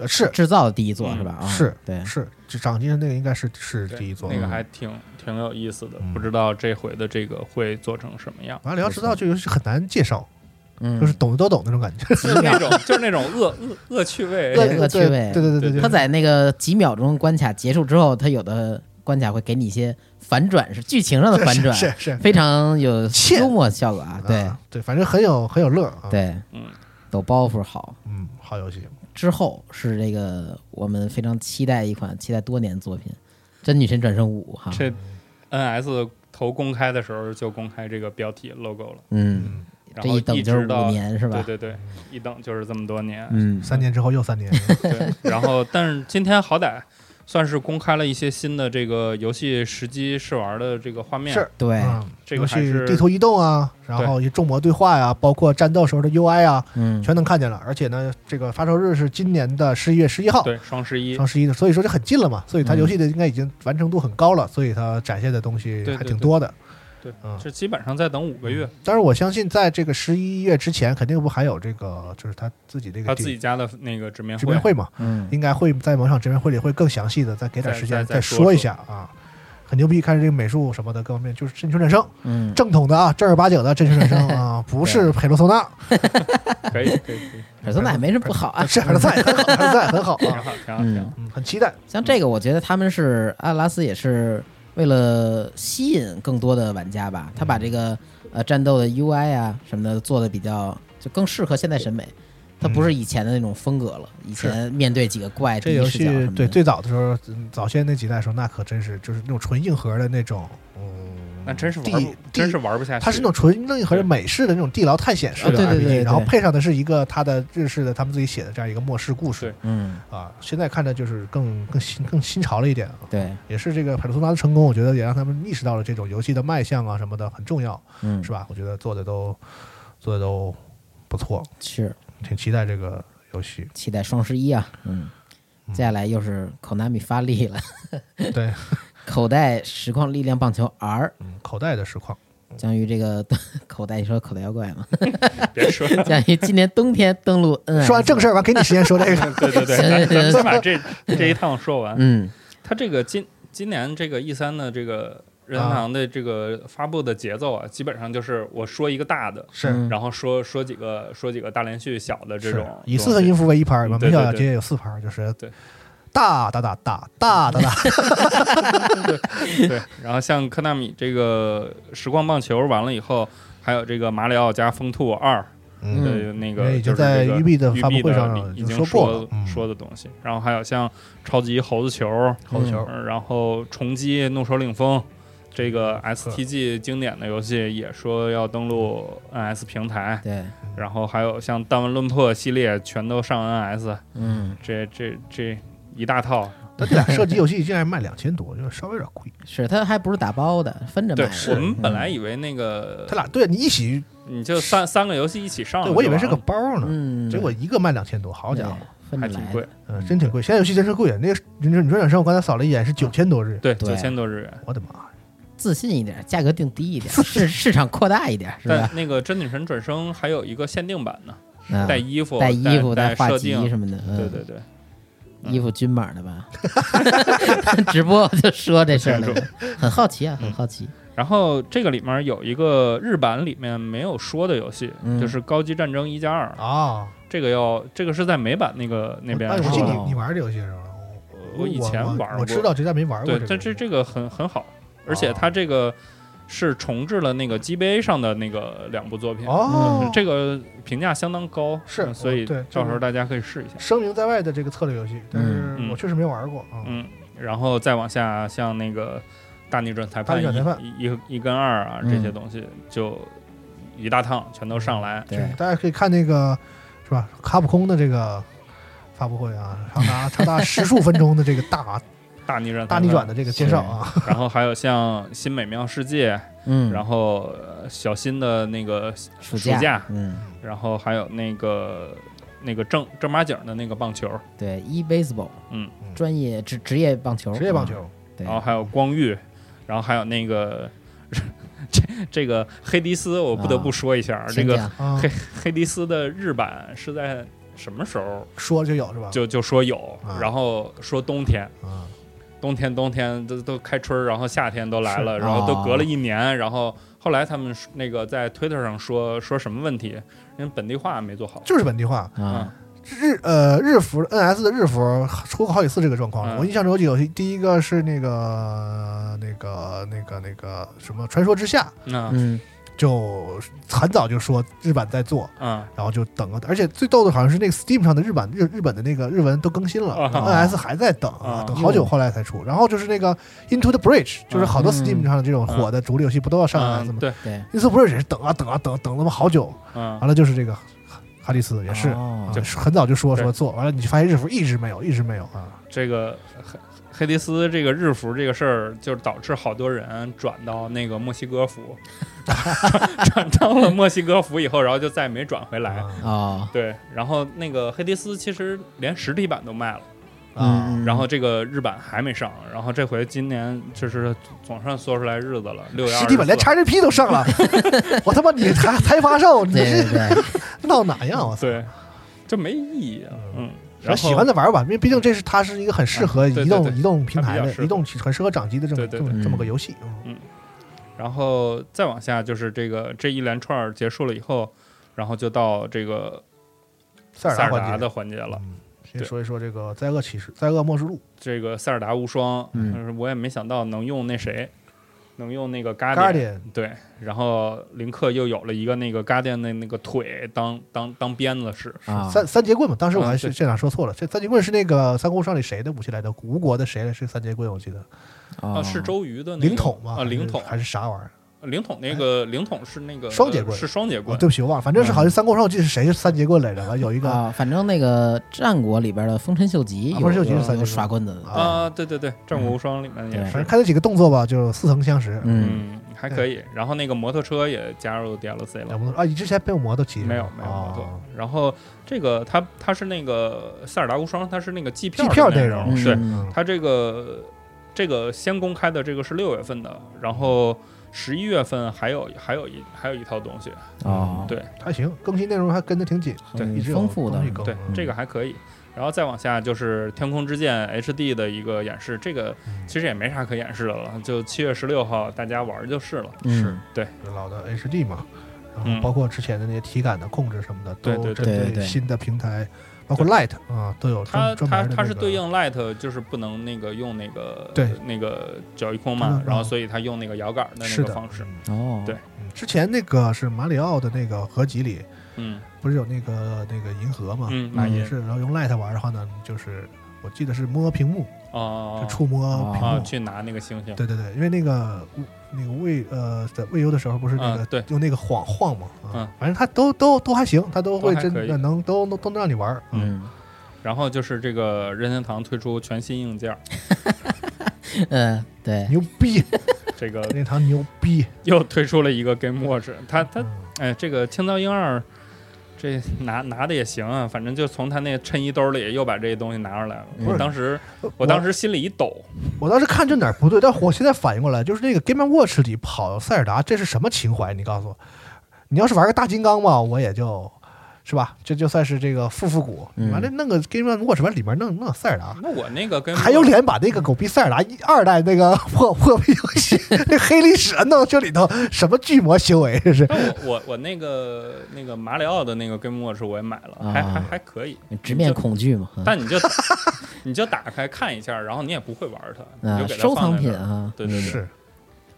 C: 呃是
B: 制造的第一座
D: 嗯
B: 是吧？啊，
C: 是
B: 对，
C: 是，就掌机上那个应该是是
D: 对
C: 第一座。
D: 那个还挺挺有意思的，
C: 嗯
D: 不知道这回的这个会做成什么样。
C: 完了，要知道这游戏很难介绍，
B: 嗯，
C: 就是懂的都懂那种感觉。
D: 就是 <laughs> 那种，就是那种恶恶恶趣味，
B: 对
C: 对
B: 恶
C: 对
B: 趣味
C: 对对对对，
B: 他在那个几秒钟关卡结束之后，他有的关卡会给你一些反转，是剧情上的反转，
C: 是是是
B: 非常有
C: 切
B: 幽默效果啊。对
C: 啊对，反正很有很有乐啊。，
B: 对，
D: 嗯，
B: 抖包袱好。
C: 嗯，好游戏，
B: 之后是这个我们非常期待一款期待多年的作品《真女神转生五》哈。
D: 这 NS 头公开的时候就公开这个标题 logo 了，
B: 嗯，
C: 嗯，
D: 然
B: 这
D: 后
B: 一等就是
D: 直
B: 五
D: 到
B: 年是吧？
D: 对对对，一等就是这么多年。
B: 嗯，
C: 三年之后又三年，
D: 对，然后但是今天好歹算是公开了一些新的这个游戏实机试玩的这个画面，
C: 是
B: 对，
C: 嗯，
D: 这
C: 游
D: 个还
C: 戏
D: 是
C: 地图移动啊，然后一众魔对话呀，包括战斗时候的 UI 啊，
B: 嗯，
C: 全能看见了。而且呢，这个发售日是今年的十一月十一号，
D: 对双十一
C: 双。十一的，所以说就很近了嘛。所以它
B: 嗯
C: 游戏的应该已经完成度很高了，所以它展现的东西
D: 对
C: 还
D: 对
C: 挺
D: 对
C: 多的。
D: 对
C: 嗯，
D: 这基本上再等五个月，
C: 但是我相信，在这个十一月之前，肯定不还有这个，就是他自己这
D: 他
C: 个
D: 自己家的那个直面
C: 直面会嘛，
B: 嗯
C: 应该会在某场直面会里会更详细的再给点
D: 嗯再
C: 时间
D: 再
C: 再
D: 再说
C: 说一下啊。很牛逼，看这个美术什么的各方面，就是真凶战生，
B: 嗯，
C: 正统的啊，正儿八经的真凶战生
D: <laughs>
C: 啊，不是佩洛索纳，
D: 可以可以可以，
B: 尔松奶没什么不好啊。
C: 是佩
D: <laughs>
C: 洛索纳也很好，佩洛索纳也很好啊，
D: 挺好挺好挺
B: 嗯
D: 好，，
C: 嗯，很期待。
B: 像这个，我觉得他们是阿拉斯也是为了吸引更多的玩家吧，他
C: 嗯
B: 把这个呃战斗的 UI 啊什么的做的比较就更适合现代审美，它不是以前的那种风格了。以前面对几个怪
C: 嗯这
B: 哎第一
C: 游
B: 视角什
C: 戏
B: 么
C: 对
B: 的，
C: 最早的时候，嗯早先那几代的时候，那可真是就是那种纯硬核的那种，嗯，
D: 那真是玩
C: 地
D: 不真是玩不下去，
C: 它是那种纯硬核美式的那种地牢探险式的
D: 啊对对
C: RPG，
B: 对对
C: 然后配上的是一个它的日式的他们自己写的这样一个末世故事
B: 嗯，
C: 啊。现在看着就是更更新更新潮了一点啊，
B: 对，
C: 也是这个《帕鲁苏拉》的成功，我觉得也让他们意识到了这种游戏的卖相啊什么的很重要，
B: 嗯，
C: 是吧？我觉得做的都做的都不错，
B: 是。
C: 挺期待这个游戏
B: 期待双十一啊，嗯，
C: 嗯
B: 接下来又是口南米发力了，
C: 对，
B: 口袋实况力量棒球 R
C: 嗯，口袋的实况，
B: 将于这个 <laughs> 口袋，你说口袋妖怪吗？ <laughs>
D: 别说，了，
B: 将于今年冬天登陆 N。
C: 说完正事儿完，给你时间说这
D: <laughs>
C: 个。
D: 对对对，咱咱们先把这这一趟说完，
B: 嗯，
D: 它这个今今年这个 E 三的这个任
C: 啊
D: 天堂的这个发布的节奏啊，基本上就是我说一个大的，
C: 是
D: 然后说说几个说几个大连续小的这
C: 是
D: 种，
C: 以四分音符为一拍儿，我
D: 对
C: 们
D: 对
C: 小
D: 对
C: 街有四拍儿，就是
D: 对
C: 大大大大大大大，
D: <laughs> 对。然后像科纳米这个时光棒球完了以后，还有这个马里奥加疯兔二
C: 嗯
D: 的那
C: 因
D: 个，
C: 为已经
D: 就是这
C: 在
D: 个
C: 育碧的发布会
D: 育碧
C: 上
D: 的已
C: 已
D: 经
C: 经说过了
D: 说，
C: 嗯
D: 说的东西。然后还有像超级猴子球，
C: 猴
B: 哦
C: 子球
D: 嗯然后重击怒手领风，这个
B: 嗯
D: STG 经典的游戏也说要登陆 NS 平台，
B: 嗯对，
D: 然后还有像《弹丸论破》系列全都上 NS，
B: 嗯，
D: 这这这一大套。
C: <laughs>
B: <laughs>
C: 但这俩啊射击游戏竟然卖两千多，就是稍微有点贵。
B: 是它还不是打包的，分着
D: 对
B: 买。嗯
D: 我们本来以为那个
C: 他俩对啊你一起，
D: 你就三三个游戏一起上了
C: 对
D: 就完了，
C: 我以为是个包呢，
B: 啊嗯，
C: 结果一个卖两千多，好
B: 对
C: 家伙，
B: 分
D: 还
B: 着
D: 挺
B: 来
D: 贵
B: 的，，
C: 嗯，真挺贵。现在游戏真是贵，那个你说你说两上，我刚才扫了一
B: 嗯
C: 眼是九千多日元，
D: 对，
B: 对
D: 九
B: 啊
D: 千多日元。
C: 我的妈呀！
B: 自信一点，价格定低一点，
C: <laughs>
B: 市市场扩大一点，是吧
D: 但？那个《真女神转生》还有一个限定版呢，
B: 嗯
D: 带衣服、
B: 带衣服、
D: 带
B: 画
D: 设
B: 集
D: 定，
B: 什么的，嗯
D: 对对对，嗯
B: 衣服均码的吧？ <laughs> 直播我就说这事儿
D: 不
B: 了
D: 清，
B: 很好奇啊，很好奇。
D: 然后这个里面有一个日版里面没有说的游戏，
B: 嗯
D: 就是《高级战争一加二》，
C: 啊，
D: 这个要这个是在美版那个那边
C: 哎，我
D: 说
C: 记得
D: 的，
B: 哦
C: 你你玩这游戏是吧？
D: 我以前玩过，
C: 我知道这站没玩过
D: 对
C: 个游，戏。哦
D: 但这这个很很好，而且它这个是重置了那个 GBA 上的那个两部作品，
C: 哦，
D: 嗯这个评价相当高，
C: 是
D: 嗯所以
C: 我对
D: 到时
C: 这
D: 候
C: 个哦
D: 大家可以试一下。
C: 声名在外的这个策略游戏，但是我确实没玩过啊。
D: 嗯，然后再往下，像那个大逆转裁
C: 大
D: 判
C: 逆转裁判
D: 一一一跟二啊
B: 嗯
D: 这些东西，就一大趟全都上来。
B: 对，
C: 大家可以看那个是吧？卡普空的这个发布会啊，长达长达十数分钟的这个
D: <laughs>
C: 大
D: 大逆转裁
C: 大
D: 判
C: 逆转，的这个介绍啊，
D: <laughs> 然后还有像新美妙世界，
B: 嗯，
D: 然后呃小新的那个，
B: 暑
D: 暑假
B: 嗯，
D: 然后还有那个那个正正八经的那个棒球，
B: 对，e baseball，
D: 嗯，
B: 专业职职业棒
D: 哦
B: 球，
C: 职业棒球
B: 嗯，对
D: 然，后还有光遇，然后还有那个 <laughs> 这这个黑迪斯，我不得不说一下，这
B: 先
D: 个
B: 样
C: 啊，
D: 黑迪斯的日版是在什么时候
C: 说就有是吧？
D: 就就说有
C: 啊，
D: 然后说冬天，
C: 啊，
D: 冬天冬天都都开春儿，然后夏天都来了，
B: 是
D: 然后都
B: 哦
D: 隔了一年，然后后来他们说那个在推特上说说什么问题，人家本地化没做好，
C: 就是本地化。
B: 啊，
C: 日呃日服 NS 的日服出过好几次这个状况，
D: 嗯
C: 我印象中有几个游戏，第一个是那个那个那个那个什么《传说之下
D: 那
B: 嗯，》，
C: 就很早就说日版在做，
D: 嗯
C: 然后就等啊，而且最逗的好像是那个 Steam 上的日版日日本的那个日文都更新了、
D: 啊
C: n s 还在等
D: 啊
C: 等好久后来才出。然后就是那个 Into the Bridge，就是好多
B: 嗯
C: Steam 上的这种火的主力游戏不都要上 NS
D: 嗯
C: 吗、
D: 对，
B: 对，
C: i n t o the Bridge 也是等啊等啊等，等了么好久，
D: 嗯
C: 完了就是这个哈迪斯也是。
B: 哦
C: 啊
D: 对
C: 很早就说
D: 对
C: 说做完了，你发现日服一直没有，一直没有啊！
D: 这个黑黑迪斯这个日服这个事儿，就是导致好多人转到那个墨西哥服，转到了墨西哥服以后，然后就再也没转回来。
C: 啊
B: 哦，
D: 对，然后那个黑迪斯其实连实体版都卖了，
C: 啊，
B: 嗯
D: 然后这个日版还没上，然后这回今年就是总算缩出来日子了，六月
C: 实体版连 XGP
B: <laughs>
C: 都上了，我他妈你还还发售，你
B: 对对
C: 这
B: 对，
C: 闹哪样？我操！
D: 对，这没意义啊。嗯，然后
C: 然后喜欢的玩儿吧，因为毕竟这是它是一个很适合
D: 嗯对
C: 移动
D: 对对
C: 移动平台
D: 它比
C: 的
D: 较适，合
C: 移动很适合掌机的这么
D: 对对
C: 这么
B: 对
C: 这么个游戏。嗯
D: 然后再往下就是这个这一连串儿结束了以后，然后就到这个
C: 塞
D: 塞
C: 尔达
D: 尔
C: 环
D: 达
C: 节
D: 的环节了。
C: 嗯，先
D: 对
C: 说一说这个《灾厄启示》《灾厄末世录
D: 这个塞尔达无双，
B: 嗯
D: 但是我也没想到能用那谁，能用那个》嘎
C: g u a r
D: 点
C: d i a n
D: 对，然后林克又有了一个那个嘎点的那个腿当当当鞭子使，
B: 啊，
C: <laughs> 三三节棍嘛，当时我
D: 嗯
C: 还是
D: 对
C: 现场说错了，这三节棍是那个《三国无双》里谁的武器来的？吴国的谁来？是三节棍？我记得
B: 哦
D: 啊，是周瑜的那个
C: 灵统嘛？
D: 啊，灵统
C: 还是啥玩意儿？
D: 灵统那个灵统是那个
C: 哎双节棍
D: 是双节
C: 哦
D: 棍，
C: 对不起，我忘了，反正是好像《三国无双》，我记得是谁是三节棍来着？
D: 嗯
C: 完有一个
B: 啊，反正那个战国里边的丰臣秀吉
C: 啊
B: 有，
C: 丰臣秀吉
B: 有
C: 是三
B: 有
C: 节
B: 耍
C: 棍
B: 棍子的，
D: 啊，对对对，战国无双里面也
B: 对
C: 嗯反正
D: 是，
C: 看那几个动作吧，就似曾相识。
B: 嗯，
D: 嗯，还可以。然后那个摩托车也加入 DLC
C: 要
D: 了。
C: 不啊，你之前被我摩托骑
D: 没有没有摩
C: 哦
D: 托，然后这个它它是那个塞尔达无双，它是那个季票
C: 季票
D: 的内
C: 内
D: 容
C: 容
D: 是
B: 嗯
D: 它这个这个先公开的这个是六月份的，然后十一月份还有还有一还有一套东西，
B: 哦，
D: 嗯对
C: 还行，更新内容还跟得挺紧，
D: 对
B: 很
C: 一直有
B: 丰富的
C: 东西，更
D: 对、
C: 嗯
D: 这个还可以。然后再往下就是《天空之剑》HD 的一个演示，这个
C: 嗯
D: 其实也没啥可演示的了，就七月十六号大家玩儿就是了。
B: 嗯，
C: 老的 HD 嘛，然
D: 嗯
C: 后包括之前的那些体感的控制什么的，
D: 对
C: 都
D: 对
C: 针
B: 对对对
C: 新的平台，包括 Light 啊，都有
D: 它
C: 专专
D: 它
C: 门的
D: 它
C: 那
D: 是
C: 个
D: 对应 Light，就是不能那个用那个
C: 对
D: 那个脚一空
C: 不
D: 嘛
C: 能，
D: 然后
C: 嗯
D: 所以它用那个摇杆的
C: 是
D: 那个
C: 的
D: 方式。。
C: 嗯
B: 哦，
D: 对
C: 嗯之前那个是马里奥的那个合集里，
D: 嗯
C: 不是有那个那个银河嘛，
D: 嗯，
B: 那
D: 那
C: 也
D: 也
C: 是，然后用 Light 玩的话呢，就是我记得是摸屏幕，
D: 哦
C: 就触摸屏
D: 啊
C: 幕，
D: 去拿那个星星。
C: 对对对，因为那个那个未呃在未优的时候不是那个、
D: 啊对
C: 用那个晃晃嘛，啊
D: 嗯
C: 反正他都都都还行，他都会
D: 都还
C: 真
D: 可以
C: 的能都都都能让你玩儿。
B: 嗯
D: 然后就是这个任天堂推出全新硬件儿，
B: 嗯，对，
C: 牛
D: <laughs>
C: 逼，
D: 这个
C: 那堂牛逼！
D: 又推出了一个 Game Watch，它它
C: 嗯
D: 哎，这个《青藏鹰二》这拿拿的也行啊，反正就从他那衬衣兜里又把这些东西拿出来了。
B: 嗯
D: 我当时，
C: 我
D: 我当时心里一抖，
C: 我当时看这哪儿不对，但我现在反应过来，就是那个 Game Watch 里跑塞尔达，这是什么情怀？你告诉我，你要是玩个大金刚嘛，我也就。是吧？这就算是这个复复古，
B: 嗯
C: 你完了弄个 Game Watch 往里面弄弄塞尔达，
D: 那我那个跟
C: 还有脸把那个狗逼塞尔达一二代那个破破逼游戏那黑历史弄到这里头，什么巨魔行为这是？
D: 但我我我那个那个马里奥的那个 Game Watch 我也买了，还还还可以。
B: 啊直面恐惧嘛，嗯
D: 但
B: <laughs>
D: 你就你就打开看一下，然后你也不会玩它，你
B: 啊，
D: 就给它
B: 收
D: 放
B: 藏
D: 在
B: 品
D: 那儿
B: 啊，
D: 对对对，
C: 是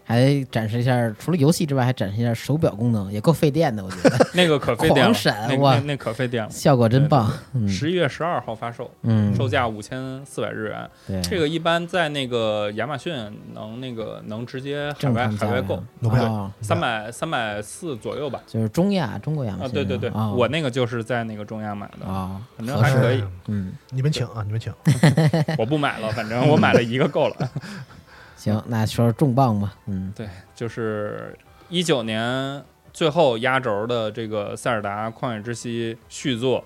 B: 还展示一下，除了游戏之外，还展示一下手表功能，也够费电的，我觉
D: <laughs>
B: 得
D: 那个可费电了
B: 狂，闪
D: 那
B: 哇
D: 那那可费电了。
B: 效果真棒。嗯
D: 十一月十二号发售，
B: 嗯，
D: 售价五千四百日元。
B: 对，
D: 这个一般在那个亚马逊能那个能直接海
B: 正
D: 外
B: 常
D: 海
B: 价
D: 外
B: 格
D: 购，
C: 有票
B: 哦
D: 三百三百四左右吧。
B: 就是中亚中国亚马
D: 啊，
B: 逊
D: 对对对，
B: 啊，
D: 我那个就是在那个中亚买的，
B: 啊，
D: 反正
B: 合
D: 还
B: 适
D: 可以，
B: 嗯，
C: 你们请啊，你们请。
D: 我不买了，反正我买了一个够了。 <laughs>
B: 行，那说说重磅吧，嗯
D: 对，就是一九年最后压轴的这个《塞尔达旷野之息》续作，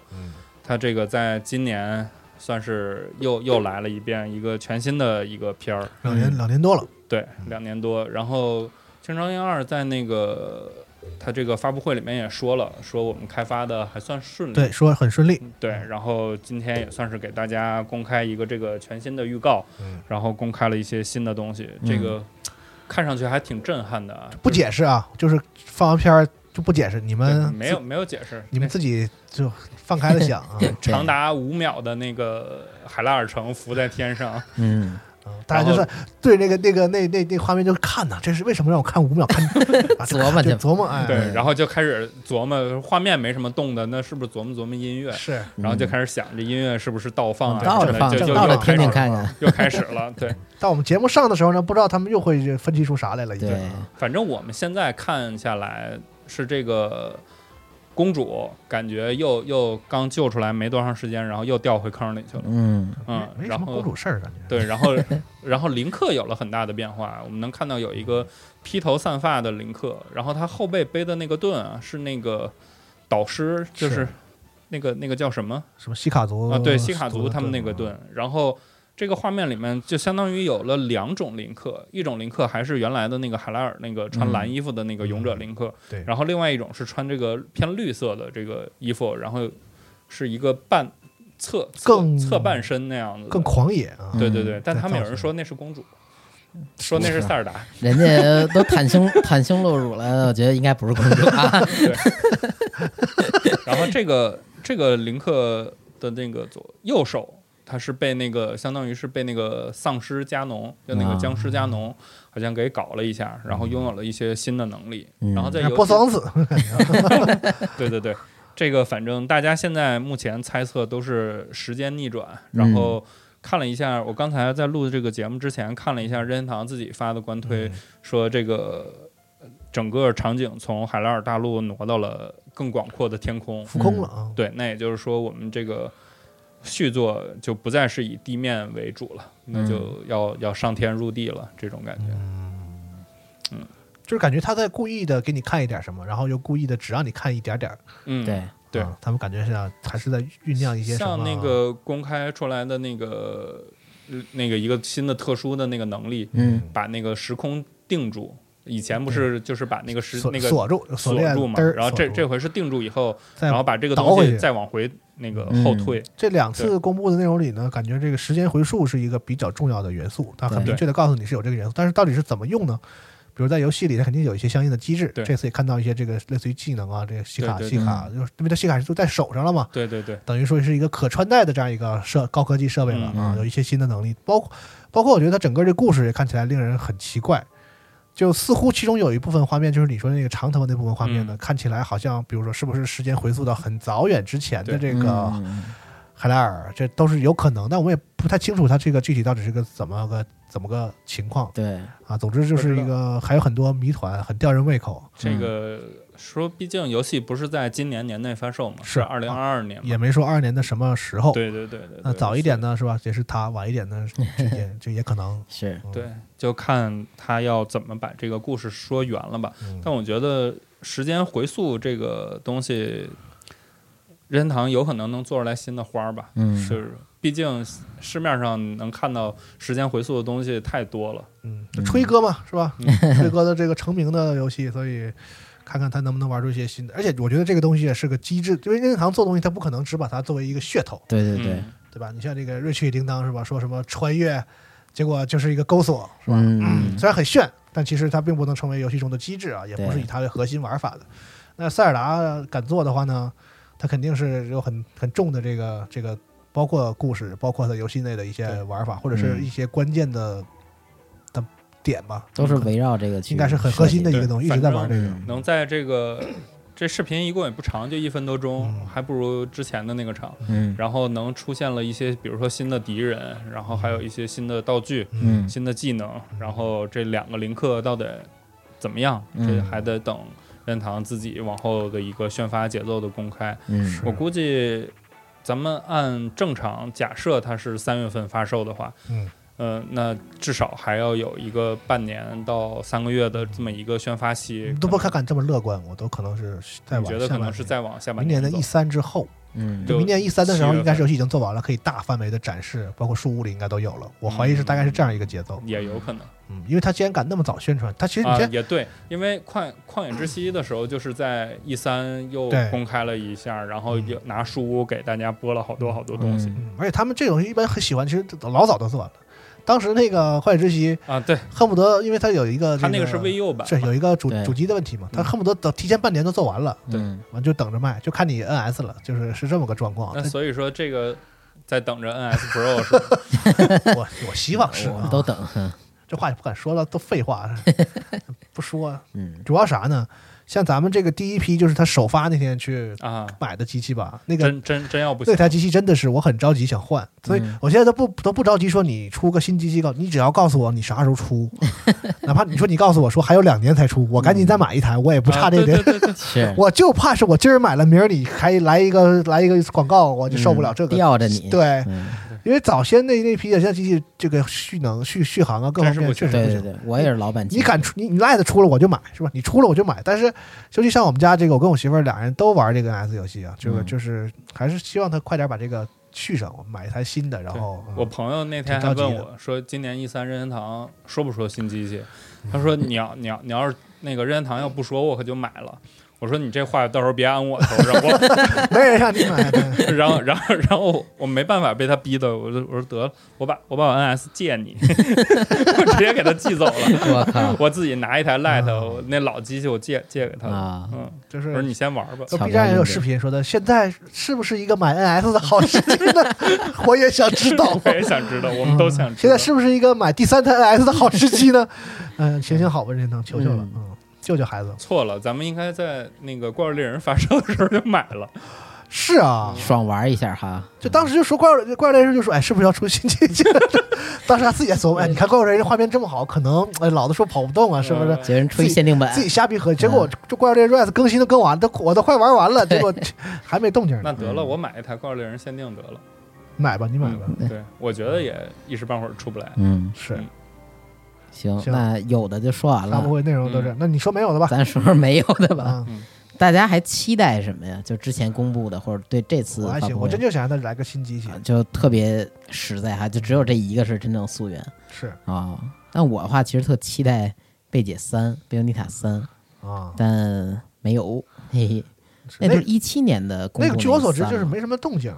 D: 它这个在今年算是又又来了一遍一个全新的一个
B: <laughs>
D: 片儿，
C: 两年两年多了，
D: 对，两年多。然后《青城鹰二》在那个它这个发布会里面也说了，说我们开发的还算顺利。
C: 对，说很顺利，
D: 对，然后今天也算是给大家公开一个这个全新的预告，
C: 嗯
D: 然后公开了一些新的东西，
B: 嗯
D: 这个看上去还挺震撼的啊。
C: 不解释啊，就是放完片儿就不解释，你
D: 对
C: 们
D: 没有没有解释，
C: 你们自己就放开了
B: <laughs>
C: 想啊。
D: 那长达五秒的那个海拉尔城浮在
C: <laughs>
D: 天上，
B: 嗯，
C: 嗯大家就是对那个那个那那那画面就看呐，这是为什么让我看五
B: <laughs>
C: 秒看？啊就
B: 琢磨
C: 就
B: 去
C: 琢磨哎，
D: 对，然后就开始琢磨画面没什么动的，那是不是琢磨琢磨音乐？
C: 是
D: 然后就开始想这音乐是不是倒放啊？
B: 嗯哦倒着
D: 什么
B: 放，
D: 的就就
B: 倒着
D: 又开
B: 听听
D: 始
B: 看
C: 哦
B: 看，
D: 又开始了。对，
C: 到我们节目上的时候呢，不知道他们又会分析出啥来了，已经。
B: 对，
D: 反正我们现在看下来是这个公主，感觉又又刚救出来没多长时间，然后又掉回坑里去了。
B: 嗯
D: 嗯，
C: 没什
D: 然
C: 么公
D: 后
C: 主事儿，感觉。
D: 对，然后然后林克有了很大的变化，我们能看到有一个披头散发的林克，然后他后背背的那个盾啊，是那个导师，就是
C: 是
D: 那个那个叫什么？
C: 什么西卡族
D: 啊，对，西卡族
C: 哦的
D: 他们那个
C: 盾
D: 盾，然后这个画面里面就相当于有了两种林克，一种林克还是原来的那个海拉尔那个穿
B: 嗯
D: 蓝衣服的那个勇者林克，
C: 嗯对
D: 然后另外一种是穿这个偏绿色的这个衣服，然后是一个半侧侧
C: 更
D: 侧半身那样子的，
C: 更狂野啊，
D: 对对对，但
C: 对
D: 他们有
C: 造
D: 人
C: 型啊
D: 说那是公主。说那是塞尔达，
B: 人家都袒胸袒胸露乳了，我觉得应该不是公主啊，
D: <laughs> 然后这个这个林克的那个左右手，他是被那个相当于是被那个丧尸加农，就那个
B: 啊
D: 僵尸加农，好像给搞了一下，然后拥有了一些新的能力，
B: 嗯
D: 然后在
C: 哎
D: 游
C: 波
D: 戏
C: 斯王子，
D: 对对对，这个反正大家现在目前猜测都是时间逆
B: 嗯
D: 转，然后。看了一下，我刚才在录这个节目之前看了一下任天堂自己发的官
B: 嗯
D: 推，说这个呃整个场景从海拉尔大陆挪到了更广阔的天空，
C: 浮空了啊，
D: 对，那也就是说，我们这个续作就不再是以地面为主了，那就
C: 嗯
D: 要、要上天入地了，这种感觉。
C: 就是感觉他在故意的给你看一点什么，然后又故意的只让你看一点点儿。
D: 嗯，
B: 对，
D: 对
C: 啊他们感觉是啊还是在酝酿一些什么
D: 像那个公开出来的那个呃那个一个新的特殊的那个能力，
B: 嗯
D: 把那个时空定住。以前不是就是把那个时
C: 锁
D: 那个
C: 锁住
D: 锁
C: 链
D: 住嘛，
C: 嘚儿
D: 然后这
C: 锁住
D: 这回是定住以后，
C: 在
D: 然后把这个
C: 倒
D: 东
C: 回
D: 西
C: 去
D: 再往回那个后
B: 嗯
D: 退，
C: 这两次公布的内容里呢，感觉这个时间回溯是一个比较重要的元素，它很
B: 对
C: 明确的告诉你是有这个元素，但是到底是怎么用呢？比如在游戏里，它肯定有一些相应的机制
D: 对。
C: 这次也看到一些这个类似于技能啊，这个西卡
D: 对对
C: 西卡，就是因为这西卡是就在手上了嘛，
D: 对对对，
C: 等于说是一个可穿戴的这样一个设高科技设备了
D: 嗯
C: 啊
B: 嗯，
C: 有一些新的能力，包括包括我觉得它整个这故事也看起来令人很奇怪，就似乎其中有一部分画面就是你说那个长头发那部分画面
D: 嗯
C: 呢，看起来好像比如说是不是时间回溯到很早远之前的
D: 对嗯
C: 这个啊
B: 嗯
C: 海拉尔，这都是有可能，但我也不太清楚它这个具体到底是个怎么个怎么个情况
B: 对，
C: 啊。总之就是一个还有很多谜团，很吊人胃口，
D: 这个说，毕竟游戏不是在今年年内发售嘛，
C: 是
D: 二零二二年嘛。
C: 也没说二年的什么时候。
D: 嗯对对对对，
C: 哦那
D: 对
C: 早一点呢，是吧？也是他；晚一点呢，这
D: <laughs>
C: 也这也可能。
B: 是，
C: 嗯
D: 对，就看他要怎么把这个故事说圆了吧。
C: 嗯
D: 但我觉得时间回溯这个东西，任天堂有可能能做出来新的花儿吧。
B: 嗯
D: 是，毕竟市面上能看到时间回溯的东西太多了。
C: 嗯，吹哥嘛，是吧？吹哥的这个成名的游戏，所以看看他能不能玩出一些新的。而且我觉得这个东西也是个机制，因为任天堂做东西，他不可能只把它作为一个噱头，
B: 对对对，
D: 嗯
C: 对吧？你像这个《瑞奇与叮当》是吧？说什么穿越，结果就是一个钩锁，是吧？
B: 嗯，
C: 虽然很炫，但其实它并不能成为游戏中的机制啊，也不是
B: 对
C: 以它为核心玩法的。那塞尔达敢做的话呢，它肯定是有很很重的这个这个，包括故事，包括它游戏内的一些
D: 对嗯
C: 玩法，或者是一些关键的的点吧，嗯
B: 都
D: 嗯
B: 是围绕这个去
C: 应该是很核心的一
D: 对
C: 个东西，一直在玩
D: 反
C: 这
B: 正
C: 个。
D: 能在这个这视频一共也不长，就一分多钟，
C: 嗯
D: 还不如之前的那个长。
B: 设计，嗯
D: 然后能出现了一些，比如说新的敌人，然后还有一些新的道具、
B: 嗯
D: 新的技能，然后这两个林克到底怎么样，
B: 嗯
D: 这还得等任堂自己往后的一个宣发节奏的公开。
B: 嗯
D: 我估计，咱们按正常假设它是三月份发售的话，
C: 嗯，
D: 呃，那至少还要有一个半年到三个月的这么一个宣发期，
C: 都不看敢这么乐观，我都可能是在
D: 你
C: 嗯往
D: 觉得
C: 下
D: 可能
C: 半
D: 是再往下半
C: 明年的
D: 走
C: E 三之后，
B: 嗯
D: 就
C: 明年 E 三的时候，
D: 7
C: 应该是游戏已经做完了，可以大范围的展示，包括树屋里应该都有了。我怀
D: 嗯
C: 疑是大概是这样一个节奏，
D: 也有可能
C: 嗯，因为他既然敢那么早宣传，他其实你
D: 啊
C: 先，
D: 也对，因为旷旷野之息的时候，就是在 E 三又
C: 对
D: 公开了一下，然后又拿书屋给大家播了好多好多东西
B: 嗯
C: 嗯，而且他们这种一般很喜欢，其实老早都做完了。当时那个《幻影之息》
D: 啊，对，
C: 恨不得，因为他有一个、
D: 它那个是 VU 版
C: 是
D: 嘛，
C: 有一个主
B: 对
C: 主机的问题嘛，他
D: 嗯
C: 恨不得等提前半年都做完了，
D: 对
B: 嗯
C: 完就等着卖，就看你 NS 了，就是是这么个状况。
D: 那
C: 他
D: 所以说这个在等着 NS Pro 是
C: <laughs>
D: 吧
C: 我我希望是、
B: 我
C: 啊
B: 们，都等，嗯
C: 这话也不敢说了，都废话，啊 <laughs> 不说、啊
B: <laughs> 嗯
C: 主要啥呢？像咱们这个第一批，就是他首发那天去
D: 啊，
C: 买的机器吧，那个
D: 真真真要不行
C: 那，台机器真的是我很着急想换，所以
B: 嗯
C: 我现在都不都不着急说你出个新机器告，你只要告诉我你啥时候
D: <laughs>
C: 出，哪怕你说你告诉我说还有两年才出，我赶紧再买一台，我也不差这
D: 啊对
C: 点。
D: 对对对
B: 是，
C: 我就怕是我今儿买了，明儿你还来一个来一个广告，我就受不了这
B: 嗯
C: 个。
B: 吊着你，
C: 对，
B: 嗯，
C: 因为早先那那批的像机器，这个续能续续航啊，各方
D: 真是
C: 面
D: 不
C: 确
D: 行
C: 实
B: 对对
C: 不行。
B: 对，我也是老板级，
C: 你敢出你你赖的出了我就买是吧？你出了我就买。但是尤其像我们家这个，我跟我媳妇儿俩人都玩这个 NS 游戏啊，就是、
B: 嗯
C: 就是还是希望他快点把这个续上，我们买一台新的。然后、嗯
D: 我朋友那天还问我说，今年 E 三任天堂说不说新机器？他说你要你要你要是那个任天堂要不说，我可就买了。我说你这话到时候别安我头上，
C: <laughs>
D: 我
C: 没人让你买，对
D: 然后然后然后我没办法被他逼的，我就我说得了，我把我把我 NS 借你， <laughs> 我直接给他寄
C: <laughs>
D: 走了。
B: 我靠
D: 我自己拿一台 Lite，、
C: 啊
D: 我那老机器我借借给他了。
B: 啊！
D: 嗯，
C: 就
D: 我说
C: 是。
D: 你先玩吧。
B: 操
C: 呃 B 站也有视频说的，现在是不是一个买 NS 的好时机呢？ <laughs> 我也想知道
D: <laughs> 。我也想知道，我们都想知道。
C: 现在是不是一个买第三台 NS 的好时机呢？ <laughs> 嗯，行行好吧，任天堂，求求了，嗯，救救孩子。
D: 错了，咱们应该在那个《怪物猎人》发售的时候就买
C: <laughs>
D: 了。
C: 是啊，
B: 爽玩一下
D: <laughs>
B: 哈，
C: 就当时就说怪物怪物猎人就说，哎，是不是要出新机器？
B: <laughs>
C: 当时他自己也琢磨，哎，你看怪物猎人画面这么好，可能哎老子说跑不动啊，是不是
D: 嗯？
B: 别人吹限定版
C: 自，己瞎逼喝，结果
B: 嗯
C: 这怪物猎人 Rise 更新都更完，都我都快玩
B: <laughs>
C: 完了，结果还没动静
D: 那
C: 呢。
D: 得了，我买一台《怪物猎人》限定得了。
C: 买吧，你买吧，
D: 嗯对，我觉得也一时半会儿出不来。
B: 嗯，
C: 是
D: 嗯
B: 行，
C: 行
B: 那有的就说完
C: 发布
B: 了，
C: 会内容都
B: 嗯
C: 是。那你说没有的吧？
B: <laughs> 咱说说没有的吧。
C: 啊，
B: 大家还期待什么呀？就之前公布的，或者对这次
C: 我
B: 发
C: 还行，
B: 布
C: 我
B: 会
C: 真就想让他来个新机器
B: 啊，就特别实在哈，就只有这一个是真正溯源
C: 是
B: 啊。但我的话其实特期待贝姐三、贝欧妮塔三，
C: 啊。但
B: 但没有，嘿嘿，
C: 是
B: 那
C: 那
B: 就是一七年的公
C: 那
B: 布那
C: 个据我所知
B: 三
C: 就是
B: 嘛嗯
C: 没什嗯么动静，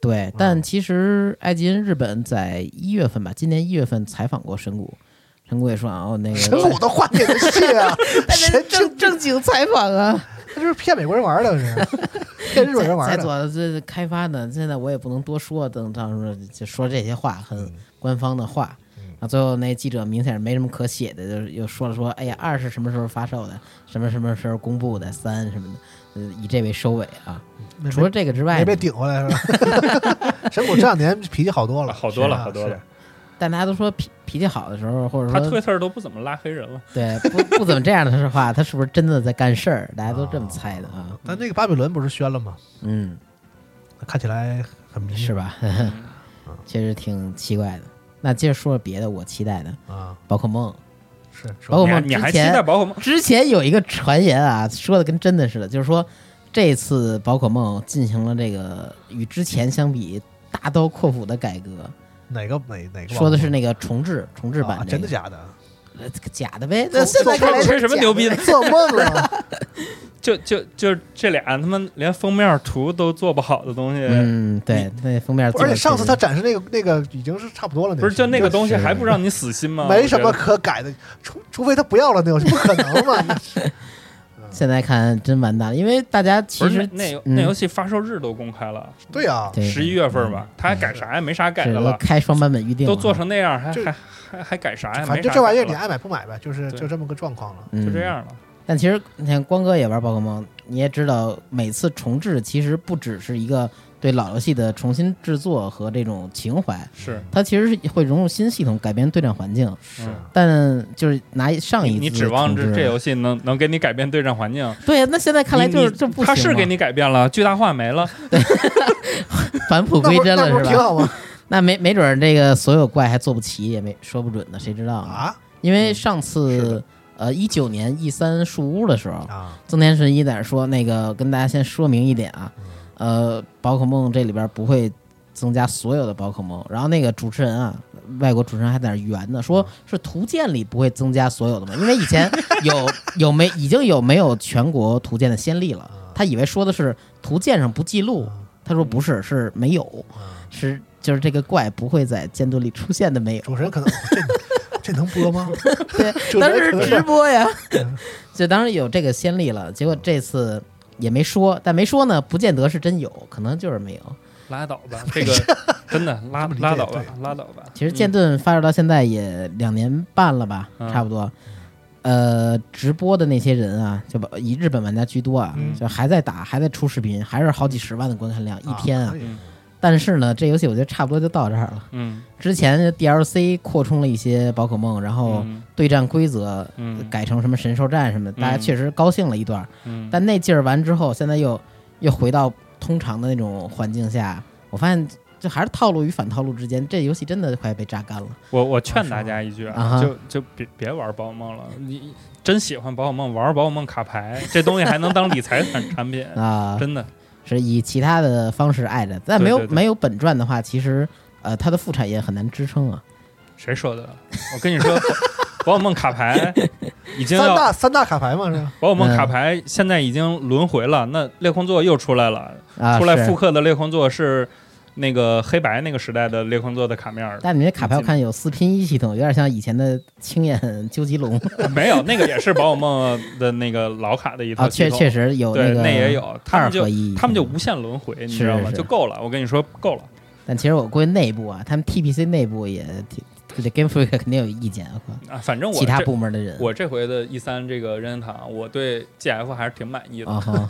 B: 对，但其实爱吉恩日本在一月份吧，今年一月份采访过神谷，神谷也说啊，哦那个
C: 神
B: <laughs>
C: 谷都换电视器啊，神经，
B: 正正经采访啊，
C: 他就是骗美国人玩
B: <laughs>
C: 的，是骗日本人玩
B: 在
C: 的。
B: 做这开发呢，现在我也不能多说，等到时候就说这些话，
C: 嗯
B: 很官方的话。啊，最后那记者明显是没什么可写的，就是又说了说，哎呀，二是什么时候发售的，什么什么时候公布的，三什么的，呃，以这为收尾啊。
C: 没
B: 除了这个之外
C: 没
B: 呢，
C: 被顶回来是吧？ <laughs> 神谷这两年脾气好多了，
D: 好多了
C: 是啊
D: 好多了。
B: 但大家都说脾脾气好的时候，
C: 嗯
B: 或者
D: 他
B: 说
D: 推特都不怎么拉黑人了，
B: 对，不不怎么这样的话，他是不是真的在干事儿？大家都这么猜的啊
C: 是。但那个巴比伦不是宣了吗？
B: 嗯，
C: 看起来很迷
B: 是吧？ <laughs>
C: 嗯
B: 确实挺奇怪的。那接着说说别的，我期待的
C: 啊，
B: 宝可梦。
C: 是
B: 宝可
D: 你还
B: 梦
D: 你
B: 之
D: 还期待
B: 前
D: 宝可梦？
B: 之前有一个传言啊，说的跟真的似的，就是说这次宝可梦进行了这个与之前相比大刀阔斧的改革，
C: 哪个哪哪个
B: 说的是那个重置重置版
C: 啊
B: 这个、
C: 真的假的？
B: 呃这个假的呗？
D: 哦
B: 那现在
C: 重
B: 看来
D: 置
B: 是
D: 吹什么
B: 假
D: 牛
B: 的
D: 逼
B: 呗
D: 呢
C: 做
B: <laughs>
C: 梦了！
D: 就就就这俩他妈连封面图都做不好的东西，
B: 嗯，对，那封面做
C: 而
B: 得
C: 且
B: 确实，
C: 上次他展示那个那个已经是差不多了，
D: 不是就那个东西
B: 是
D: 还不让你死心吗？
C: 没什
D: 我
C: 么
D: 觉得。
C: 可改的，除除非他不要了那游戏，不可能嘛！
B: <laughs>
C: 那是
B: 现在看真完蛋了，因为大家其
D: 不是
B: 实
D: 那那游
B: 嗯
D: 那游戏发售日都公开了，
C: 对啊，
D: <laughs>
B: 对嗯
D: 十一月份吧，他还改啥呀？没啥改
B: 是
D: 的
B: 都
D: 了，
B: 开双版本预定了啊
D: 都做成那样，还
C: 就
D: 还还还改啥呀？
C: 反
D: 哎没
C: 正
D: 啥
C: 就这玩意儿
D: 改
C: 你
D: 了
C: 爱买不买呗，就是
D: 对
C: 就这么个状况了。
B: 嗯
D: 就这样了。
B: 但其实你看光哥也玩宝可梦，你也知道，每次重置其实不只是一个对老游戏的重新制作和这种情怀，
D: 是
B: 它其实是会融入新系统，改变对战环境。
D: 是
B: 但就是拿上一
D: 你
B: 次
D: 嗯你指望
B: 重
D: 这
B: 置
D: 这游戏能能给你改变对战环境？
B: 对啊，那现在看来
D: 你
B: 就是
D: 你
B: 这不
D: 它
B: 行
D: 是
B: 嘛
D: 给你改变了，巨大化没了，
B: 返璞
C: 那不
B: 归真了
C: 那不
B: 是
C: 挺
B: 吧？
C: 好吗？
B: 那没没准儿这个所有怪还做不齐，也没说不准呢，谁知道？
C: 啊
B: 因为上
D: 是嗯
B: 次呃一九年 E 三树屋的时候，
C: 啊，
B: 增田顺一在那说那个跟大家先说明一点啊，呃，宝可梦这里边不会增加所有的宝可梦。然后那个主持人啊，外国主持人还在那儿圆呢，说是图鉴里不会增加所有的嘛，因为以前有 <laughs> 有没已经有没有全国图鉴的先例了，他以为说的是图鉴上不记录，他说不是，是没有，是就是这个怪不会在监督里出现的没有。
C: 主持人可能这这能播吗？
B: <laughs> 对，
C: <laughs> 主持
B: 当
C: 人
B: 时
C: 可能
B: 直播呀， <laughs> 就当时有这个先例了，结果这次也没说，但没说呢，不见得是真有，可能就是没有。
D: <laughs> 拉倒 <laughs> 吧，这个真的拉 <laughs>
C: 这么理解
D: 拉倒吧
C: 对，
D: 拉倒吧。
B: 其实剑盾发售到现在也两年半了吧，
D: 嗯
B: 差不多。呃，直播的那些人啊，就把以日本玩家居多啊，
D: 嗯
B: 就还在打，还在出视频，还是好几十万的观看量一天啊
C: 可。以
D: 嗯
B: 但是呢，这游戏我觉得差不多就到这儿了。
D: 嗯
B: 之前 DLC 扩充了一些宝可梦，然后
D: 嗯
B: 对战规则
D: 嗯
B: 改成什么神兽战什么的，大家确实高兴了一段儿。
D: 嗯，
B: 但那劲儿完之后，现在又又回到通常的那种环境下，我发现这还是套路与反套路之间，这游戏真的快被榨干了。
D: 我我劝大家一句
B: 啊哈
D: 就就别别玩宝可梦了，你真喜欢宝可梦，玩宝可梦卡牌，这东西还能当理财产产品，
B: <laughs> 啊、
D: 呃真的。
B: 是以其他的方式爱着，但
D: 对
B: 没有
D: 对对
B: 没有本传的话，其实呃，它的副产业很难支撑啊。
D: 谁说的？啊我跟你说，宝可梦卡牌已经
C: 三
D: 要
C: 大三大卡牌嘛是吧？
D: 宝可梦
B: 嗯
D: 卡牌现在已经轮回了，那裂空座又出来了，
B: 啊，
D: 出来
B: 是
D: 复刻的裂空座是那个黑白那个时代的裂空座的卡面儿，
B: <laughs> 但你这卡牌我看有四拼一系统，有点像以前的青眼 <laughs> 究极龙
D: 没有那个也是宝可梦的那个老卡的一套
B: 啊，
D: 系
B: 确
D: 统，
B: 确实有
D: 对，
B: 个
D: 那也有，他
B: 二
D: 们
B: 合
D: 就
B: 一，
D: 他们就无限轮回，你知道吗？
B: 是是
D: 就够了，我跟你说够了。
B: 但其实我估计内部啊，他们 TPC 内部也挺这 Game Freak 肯定有意见啊，
D: 啊，反正我
B: 其他
D: 这
B: 部门的人
D: 我这回的 E 三这个任天堂，我对 GF 还是挺满意的。 <laughs>
B: 啊哈，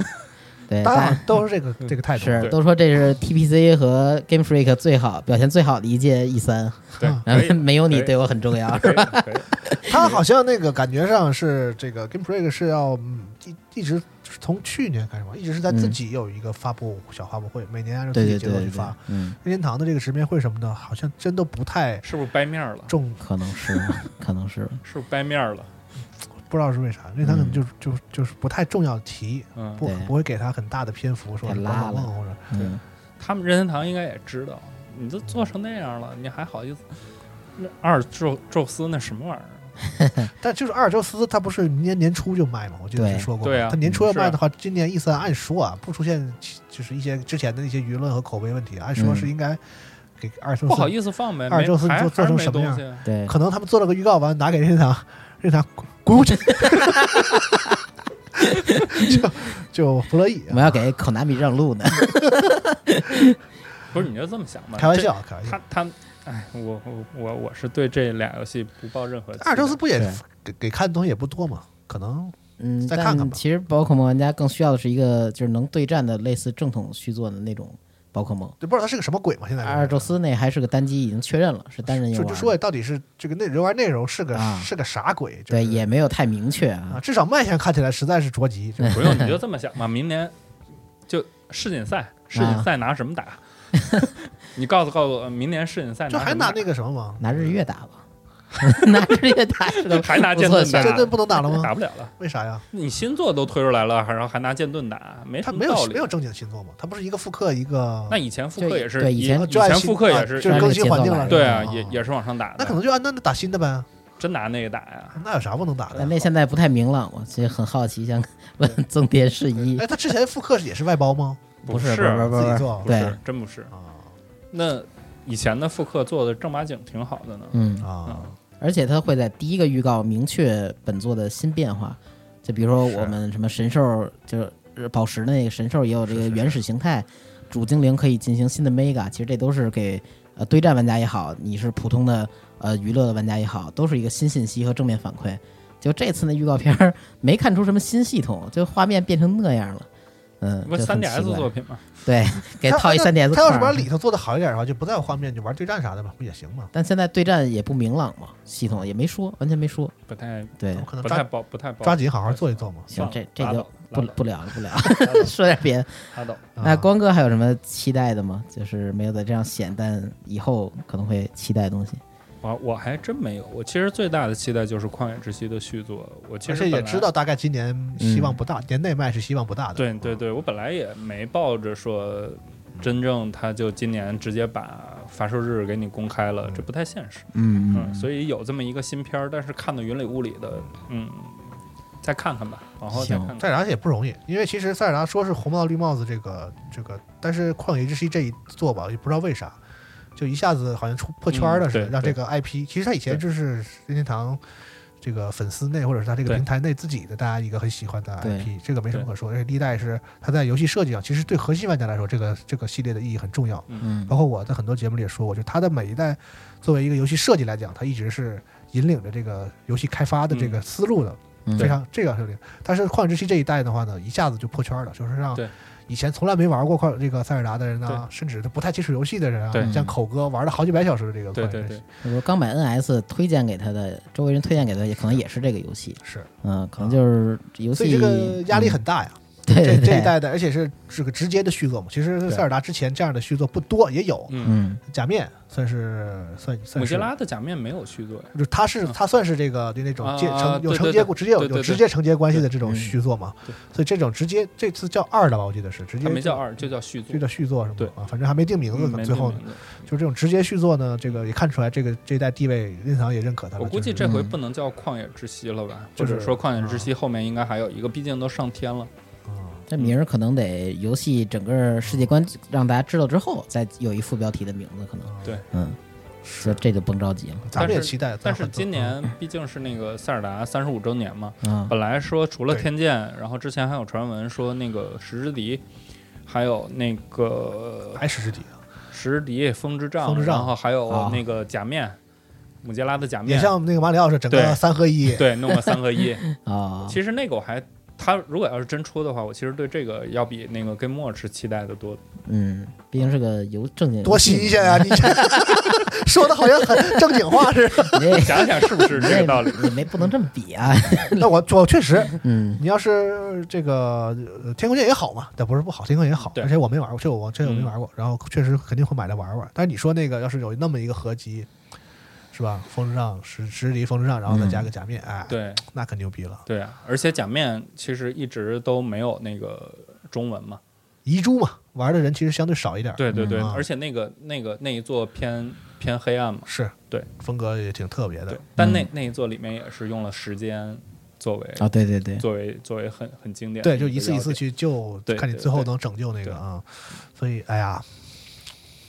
B: 对，
C: 大家
B: 大
C: 好
B: 家
C: 像都是这个
D: 嗯
C: 这个态度。
B: 是
D: 对
B: 都说这是 TPC 和 Game Freak 最好表现最好的一届 E 三， <laughs>
D: 对，可以
B: 然后没有你
D: 可以
B: 对我很重
D: <laughs>
B: 要。
D: 可以可以，
C: 他好像那个感觉上是这个 Game Freak 是要嗯一一直就是从去年开始嘛，一直是在自己有一个发布小发布会，每年按照
B: 对嗯
C: 自
B: 对
C: 己
B: 对
C: 节奏去
B: 对，对
C: 发。
B: 嗯，
C: 任天堂的这个直面会什么的，好像真都不太
D: 是不是掰面儿了？
C: 重，
B: 可能是，可能是，
D: 是不是掰面儿了？
C: 不知道是为啥。任天堂可能就就就是不太重要提，
D: 嗯，
C: 不
B: 嗯对
C: 不会给他很大的篇幅，说
B: 太
C: 是
B: 拉
C: 棒棒
B: 了
C: 棒或者
B: 嗯，
D: 他们任天堂应该也知道，你都做成那样了，你还好意思？那二宙宙斯那什么玩意儿？
C: 但就是阿尔宙斯，他不是明年年初就卖吗？我记得
B: 对
C: 你说过，
D: 对啊
C: 他年初要卖的话，今年 E 三按说啊，不出现其就是一些之前的一些舆论和口碑问题，按说是应该给阿尔宙斯。
D: 不好意思放呗，
C: 二
D: 没
C: 宙斯
D: 还
C: 做做
D: 还是
C: 成
D: 没
C: 什么
D: 东
C: 样
D: 西。啊
B: 对，
C: 可能他们做了个预告完，拿给任天堂，任天堂滚滚 <laughs> 就就不乐意啊
B: 我。们要给口南米让
C: <laughs>
B: 路呢。
D: 不是，你就这么想吧？
C: 开玩笑，开玩
D: 这，
C: 笑。
D: 他他，哎，我我我我是对这俩游戏不抱任何期待。
C: 阿尔宙斯不也
B: 对
C: 给给看的东西也不多嘛？可能
B: 嗯，
C: 再看看
B: 但
C: 吧
B: 其实宝可梦玩家更需要的是一个就是能对战的类似正统续作的那种宝可梦。
C: 就不知道他是个什么鬼嘛。现在
B: 阿尔宙斯那还是个单机，已经确认了是单人游
C: 就
B: 玩
C: 就
B: 的。
C: 说到底是这个内游玩内容是个
B: 啊
C: 是个啥鬼？就是
B: 对，也没有太明确
C: 啊，
B: 啊。
C: 至少卖相看起来实在是着急。
B: 嗯
C: 就是
D: <laughs> 不用，你就这么想吧。明年就世锦
C: 啊
D: 赛，世锦赛拿什么 <laughs> 打？你告诉告诉我，明年世锦赛
C: 就还拿
D: 拿什么
C: 那个什么嘛，
B: 拿日月打吧， <laughs> 拿着这个打石头，
D: 还拿
B: 不
D: 剑
B: 错
D: 盾
B: 选
C: 这
B: 择
D: 打，
C: 这不能打了吗？
D: 打不了了。
C: 为啥呀？
D: 你新作都推出来了，还然后还拿剑盾打，没
C: 他
D: 什么
C: 没有
D: 道理。
C: 没有正经新作嘛？他不是一个复刻一个
D: 那以前复刻也是，
B: 对
D: 以
B: 以前
C: 啊
D: 以
C: 就按
D: 前
C: 新
D: 复刻
C: 啊
D: 也是，
C: 就
B: 按那
C: 是更
B: 个
C: 新
B: 节
C: 环
B: 奏
C: 境
B: 来
C: 了。
B: 的
D: 对啊，
C: 哦
D: 也也是往上打的。
C: 那可能就按那那打新的呗，
D: 真拿那个打呀，
C: 那有啥不能打的
B: 但？那现在不太明朗，我所以很好奇，想问 <laughs> 曾蝶是一
C: 哎，他之前复刻也是外包吗？
B: 不
D: 是
B: 是不是不
C: 自己
B: 是
C: 做
B: 不
D: 不
B: 是
D: 是，真不是。
C: 啊
D: 那以前的复刻做的正八经挺好的呢。
B: 嗯，
C: 啊！
B: 而且它会在第一个预告明确本作的新变化，就比如说
D: 是
B: 我们什么神兽，就是宝石那个神兽也有这
D: 是
B: 个
D: 是是
B: 原始形态，主精灵可以进行新的 mega，其实这都是给呃对战玩家也好，你是普通的呃娱乐的玩家也好，都是一个新信息和正面反馈。就这次那预告片儿没看出什么新系统，就画面变成那样了，嗯，
D: 不
B: 就很
D: 三
B: 奇
D: DS
B: 怪
D: 作品嘛，
B: 对，给
C: 他
B: 套一
C: 那
B: 三 DS
C: 他要
B: 块
C: 是
B: 儿
C: 把里头做的好一点的话，就不在乎画面，就玩对战啥的吧，不也行吗？
B: 但现在对战也不明朗嘛，系统也没说，完全没说。
D: 不太
B: 对
C: 怎么，可能
D: 不太
C: 抓
D: 包不太包
C: 抓紧好好做一做嘛？
B: 行
D: 算，了
B: 这这
D: 拉
B: 就
D: 倒
B: 不
D: 拉倒
B: 不聊了，不
D: <laughs>
B: 聊了。
D: 拉倒
B: 说点别的。
D: 拉倒。
C: 啊
B: 那光哥还有什么期待的吗？就是没有在这样显，但以后可能会期待的东西。
D: 我我还真没有，我其实最大的期待就是《旷野之息》的续作。我其
C: 而
D: 实
C: 且也
D: 本来
C: 知道，大概今年希
B: 嗯
C: 望不大，年内卖是希望不大的。
D: 对对对，我本来也没抱着说真正他就今年直接把发售日给你公开了，这不太现实。
B: 嗯
D: 嗯，所以有这么一个新片儿，但是看的云里雾里的，嗯，再看看吧，往后再
B: 行
D: 看看。
C: 塞尔达也不容易，因为其实塞尔达说是红帽绿帽子这个这个，但是旷野之息这一做吧，也不知道为啥，就一下子好像出破圈了
D: 嗯
C: 似的，
D: 对
C: 让这个 IP，其实他以前就是任天堂这个粉丝内或者是他这个
D: 对
C: 平台内自己的大家一个很喜欢的
B: 对
C: IP，这个没什么可说，而且历代是他在游戏设计上，其实对核心玩家来说，这个这个系列的意义很重要。
B: 嗯
C: 包括我在很多节目里也说过，就它的每一代作为一个游戏设计来讲，它一直是引领着这个游戏开发的这个思路的，
B: 嗯
C: 非常这个是领。但是《旷野之息》这一代的话呢，一下子就破圈了，就是让
D: 对
C: 以前从来没玩过旷这个塞尔达的人呢，甚至他不太接触游戏的人
D: 对嗯
C: 啊，像口哥玩了好几百小时的这个旷
D: 对
C: 野
D: 对
C: 之息，
D: 对，
B: 我刚买 NS，推荐给他的周围人推荐给他，也可能也是这个游戏。
C: 是，
B: 嗯，
D: 啊
B: 可能就是游戏，
C: 所以这个压力很
B: 嗯
C: 大呀。
B: <laughs> 对
C: 这
B: 对
C: 这一
B: 对，
C: 代的，而且是是个直接的续作嘛。其实
D: 对
C: 塞尔达之前这样的续作不多，也有
D: 嗯，
B: 嗯
C: 假面算是算算
D: 姆
C: 是
D: 吉拉的假面没有续作呀。
C: 就他是他算是这个就那种接
D: 啊
C: 承有
D: 对
C: 承
D: 对
C: 接
D: 对
C: 过直接有
D: 对对
C: 有
D: 对
C: 直接承接关系的这种
B: 嗯
C: 续作嘛
D: 对，
C: 所以这种直接这次叫二了吧，我记得是直接
D: 它没叫
C: 就
D: 二，就叫续作
C: 就。叫续作是吗？
D: 对
C: 啊，反正还没定名字
D: 嗯
C: 呢。
D: 没
C: 最后
D: 定
C: 呢，
D: 名字
C: 就是这种直接续作呢，这个也看出来这个这一代地位，任天堂也认可他了。
D: 我估计
C: 就是
D: 这回不能叫旷野之息了吧？
C: 就是
D: 或者说旷野之息后面应该还有一个，毕竟都上天了。
C: 啊
B: 这名儿可能得游戏整个世界观让大家知道之后，再有一副标题的名字，可能
C: 啊
D: 对
B: 嗯，就这就甭着急了。
C: 咱们也
D: 但是
C: 期待。
D: 但
C: 咱
D: 是
C: 们嗯
D: 今年毕竟是那个塞尔达三十五周年嘛，
B: 嗯，
D: 本来说除了
C: 对
D: 天剑，然后之前还有传闻说那个石之笛，还有那个
C: 还是之底啊，
D: 石之笛、风之杖，
C: 风之杖
D: 然后还
B: 啊
D: 有那个假面，姆杰拉的假
C: 也
D: 面，
C: 像那个马里奥是整个
D: 对
C: 三合一，
D: 对，弄个三
C: <laughs>
D: 合一。
B: 啊，
D: 其实那个我还，他如果要是真出的话，我其实对这个要比那个跟莫是期待的多的。
B: 嗯，毕竟是个游正经游戏，
C: 多新鲜啊！你这 <laughs> 说的好像很正经话似的。 <laughs>
B: 你这！
D: 想想是不是
B: 你
D: 这
B: 这
D: 个道理？
B: 你没不能这么比啊！
C: 那我我确实，
B: <laughs> 嗯
C: 你要是这个呃天空剑也好嘛，但不是不好，天空剑也好，
D: 对
C: 而且我没玩过，这我这我没
D: 嗯
C: 玩过，然后确实肯定会买来玩玩。但是你说那个要是有那么一个合集，是吧？风之杖十十离风之杖，然后再加个假面，哎，，
D: <laughs> 对
C: 那可牛逼了。
D: 对啊，而且假面其实一直都没有那个中文嘛。
C: 遗珠嘛，玩的人其实相对少一点，，
D: 对对对，
C: 嗯
D: 而且那个那个那一座偏偏黑暗嘛。
C: 是
D: 对，
C: 风格也挺特别的
D: 对，，但那
B: 嗯
D: 那一座里面也是用了时间作为
B: 啊，对对对，
D: 作为作为很很经典的
C: 对，
D: 个
C: 就
D: 要点，
C: 一次一次去救
D: 对，
C: 看你
D: 对
C: 最后
D: 对
C: 能拯救那
D: 对
C: 个啊，所以哎呀，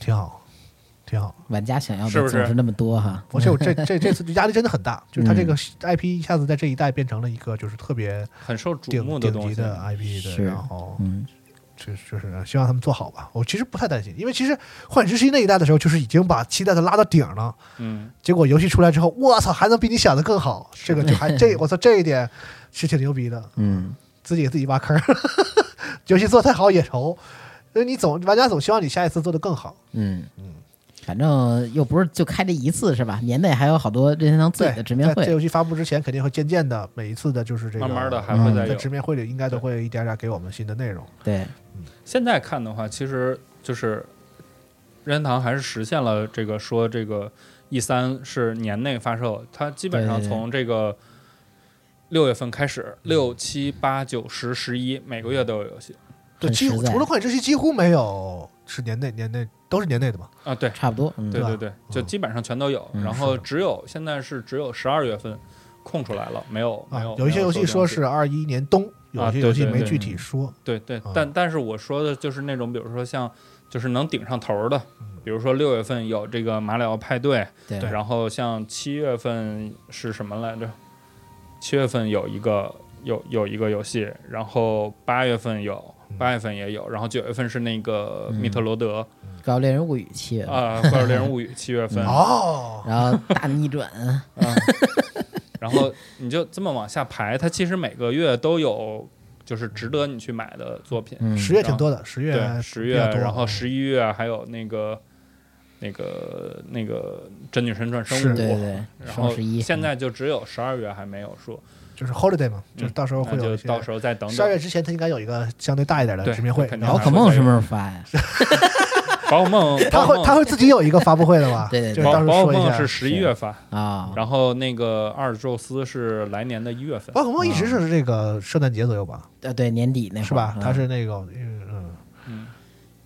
C: 挺好，挺好。
B: 玩家想要的
D: 是不
B: 总
D: 是
B: 是那么多哈。
C: 而且
B: <laughs>
C: 我这这这次压力真的很大，就是他这个
B: 嗯
C: IP 一下子在这一代变成了一个就是特别
D: 很受瞩
C: 顶
D: 目的
C: 顶
D: 东
C: 级
D: 西。
C: 的啊 IP 的，
B: 是
C: 然后
B: 嗯，
C: 就就是希望他们做好吧。我其实不太担心，因为其实《幻影之息》那一代的时候，就是已经把期待都拉到顶了，
D: 嗯，
C: 结果游戏出来之后，我操，还能比你想的更好，这个
B: <laughs>
C: 就还这我操这一点是挺牛逼的，
B: 嗯，
C: 自己给自己挖坑儿， <laughs> 游戏做太好也愁。因为你总玩家总希望你下一次做的更好，
B: 嗯嗯，反正又不是就开这一次是吧？年内还有好多任天堂自己的直面
C: 在这
B: 会。
C: 游戏发布之前，肯定会渐渐的每一次的，就是这个
D: 慢慢的还
B: 嗯
D: 会再
C: 在
D: 有。
C: 直面会里应该都会一点点给我们新的内容。
B: 对，
D: 现在看的话，其实就是任天堂还是实现了这个说这个 E 三是年内发售，它基本上
B: 对对对
D: 从这个六月份开始，
C: 嗯
D: 六七八九十十一每个月都有游戏
C: 对，
B: 很
C: 几乎
B: 实在
C: 除了旷野之息，几乎没有是年内年内都是年内的嘛。
D: 啊，对
B: 差不多，嗯，
D: 对
C: 吧
D: 对对，就
C: 嗯
D: 基本上全都有，
B: 嗯
D: 然后只有现在是只有十二月份空出来了，没有没
C: 啊
D: 有，，
C: 有一些
D: 没
C: 游戏说
D: 做这样
C: 是二一年冬，有
D: 啊
C: 一些
D: 对
C: 游戏
D: 对
C: 没
D: 对
C: 具体说。
D: 对对
C: 啊，
D: 但但是我说的就是那种，比如说像就是能顶上头儿的，比如说六月份有这个马里奥派对，
B: 嗯对
D: 然后像七月份是什么来着？七月份有一个有有一个游戏，然后八月份有。
B: 嗯
D: 八月份也有，然后九月份是那个密特罗德
B: 高猎人物语七，
D: 啊，《怪物猎人物语》七月份，
B: 嗯
C: 哦，
B: 然后大逆转，
D: 啊，然后你就这么往下排，它其实每个月都有就是值得你去买的作品，
B: 嗯，
C: 十月挺多的，十月
D: 对，十
C: 比
D: 月，
C: 较多嗯
D: 然后十一月还有那个那个那个真女神转生
C: 是
D: 五，
B: 对对对，
D: 然
B: 双
D: 后
B: 十一，
C: 嗯
D: 现在就只有十二月还没有说，
C: 就是 holiday 嘛，就是到时候
D: 嗯那
C: 会有
D: 就
C: 一些。
D: 到时候再等
C: 十二
D: 等。
C: 月之前，它应该有一个相对大一点的
D: 对
C: 直面会。
D: 肯定
C: 然
B: 宝
C: 后
D: 还
B: 可梦什么时候发呀？
D: 宝可梦，
C: 它
D: 宝可
C: 会
D: 梦
C: 它会自己有一个发布会的吧？
B: <laughs> 对对对
C: 就是到
D: 宝
C: 时候
D: 宝可
C: 说一
D: 梦
C: 下
D: 是。十一月发，
B: 啊，
D: 然后那个阿尔宙斯是来年的一月份。
C: 宝可梦一直是这个圣诞节左右吧，
B: 呃，对，年底那会儿
C: 是吧？
B: 嗯
C: 它是那个嗯嗯
D: 嗯，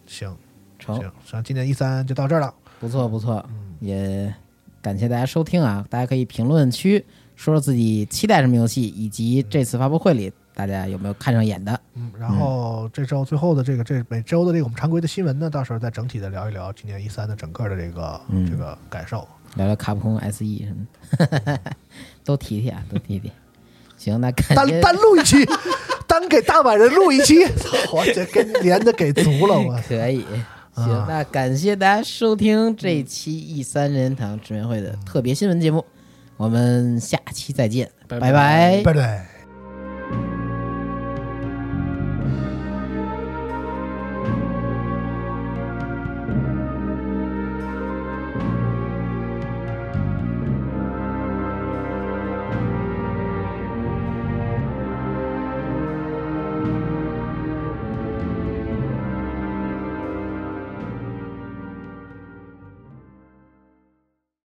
C: 行
B: 嗯成，
C: 行，那今年一三就到这儿了。
B: 不错不错，
C: 嗯，
B: 也感谢大家收听啊！大家可以评论区说说自己期待什么游戏，以及这次发布会里大家有没有看上眼的。
C: 嗯，然后这周最后的这个这每周的这个我们常规的新闻呢，到时候再整体的聊一聊今年一三的整个的这个、
B: 嗯
C: 这个感受。
B: 聊聊卡普空 SE 什么的， <laughs> 都提提啊，都提提。行，那感
C: 单
B: 谢
C: 单录
B: <laughs>
C: 一期，单给大阪人录一期，操，我这给你连的给足
B: <laughs>
C: 了我。
B: 可以。行，
C: 啊
B: 那感谢大家收听这一期 E 三人堂直面会的特别新闻节目，我们下期再见，
D: 拜
B: 拜
D: 拜
C: 拜拜。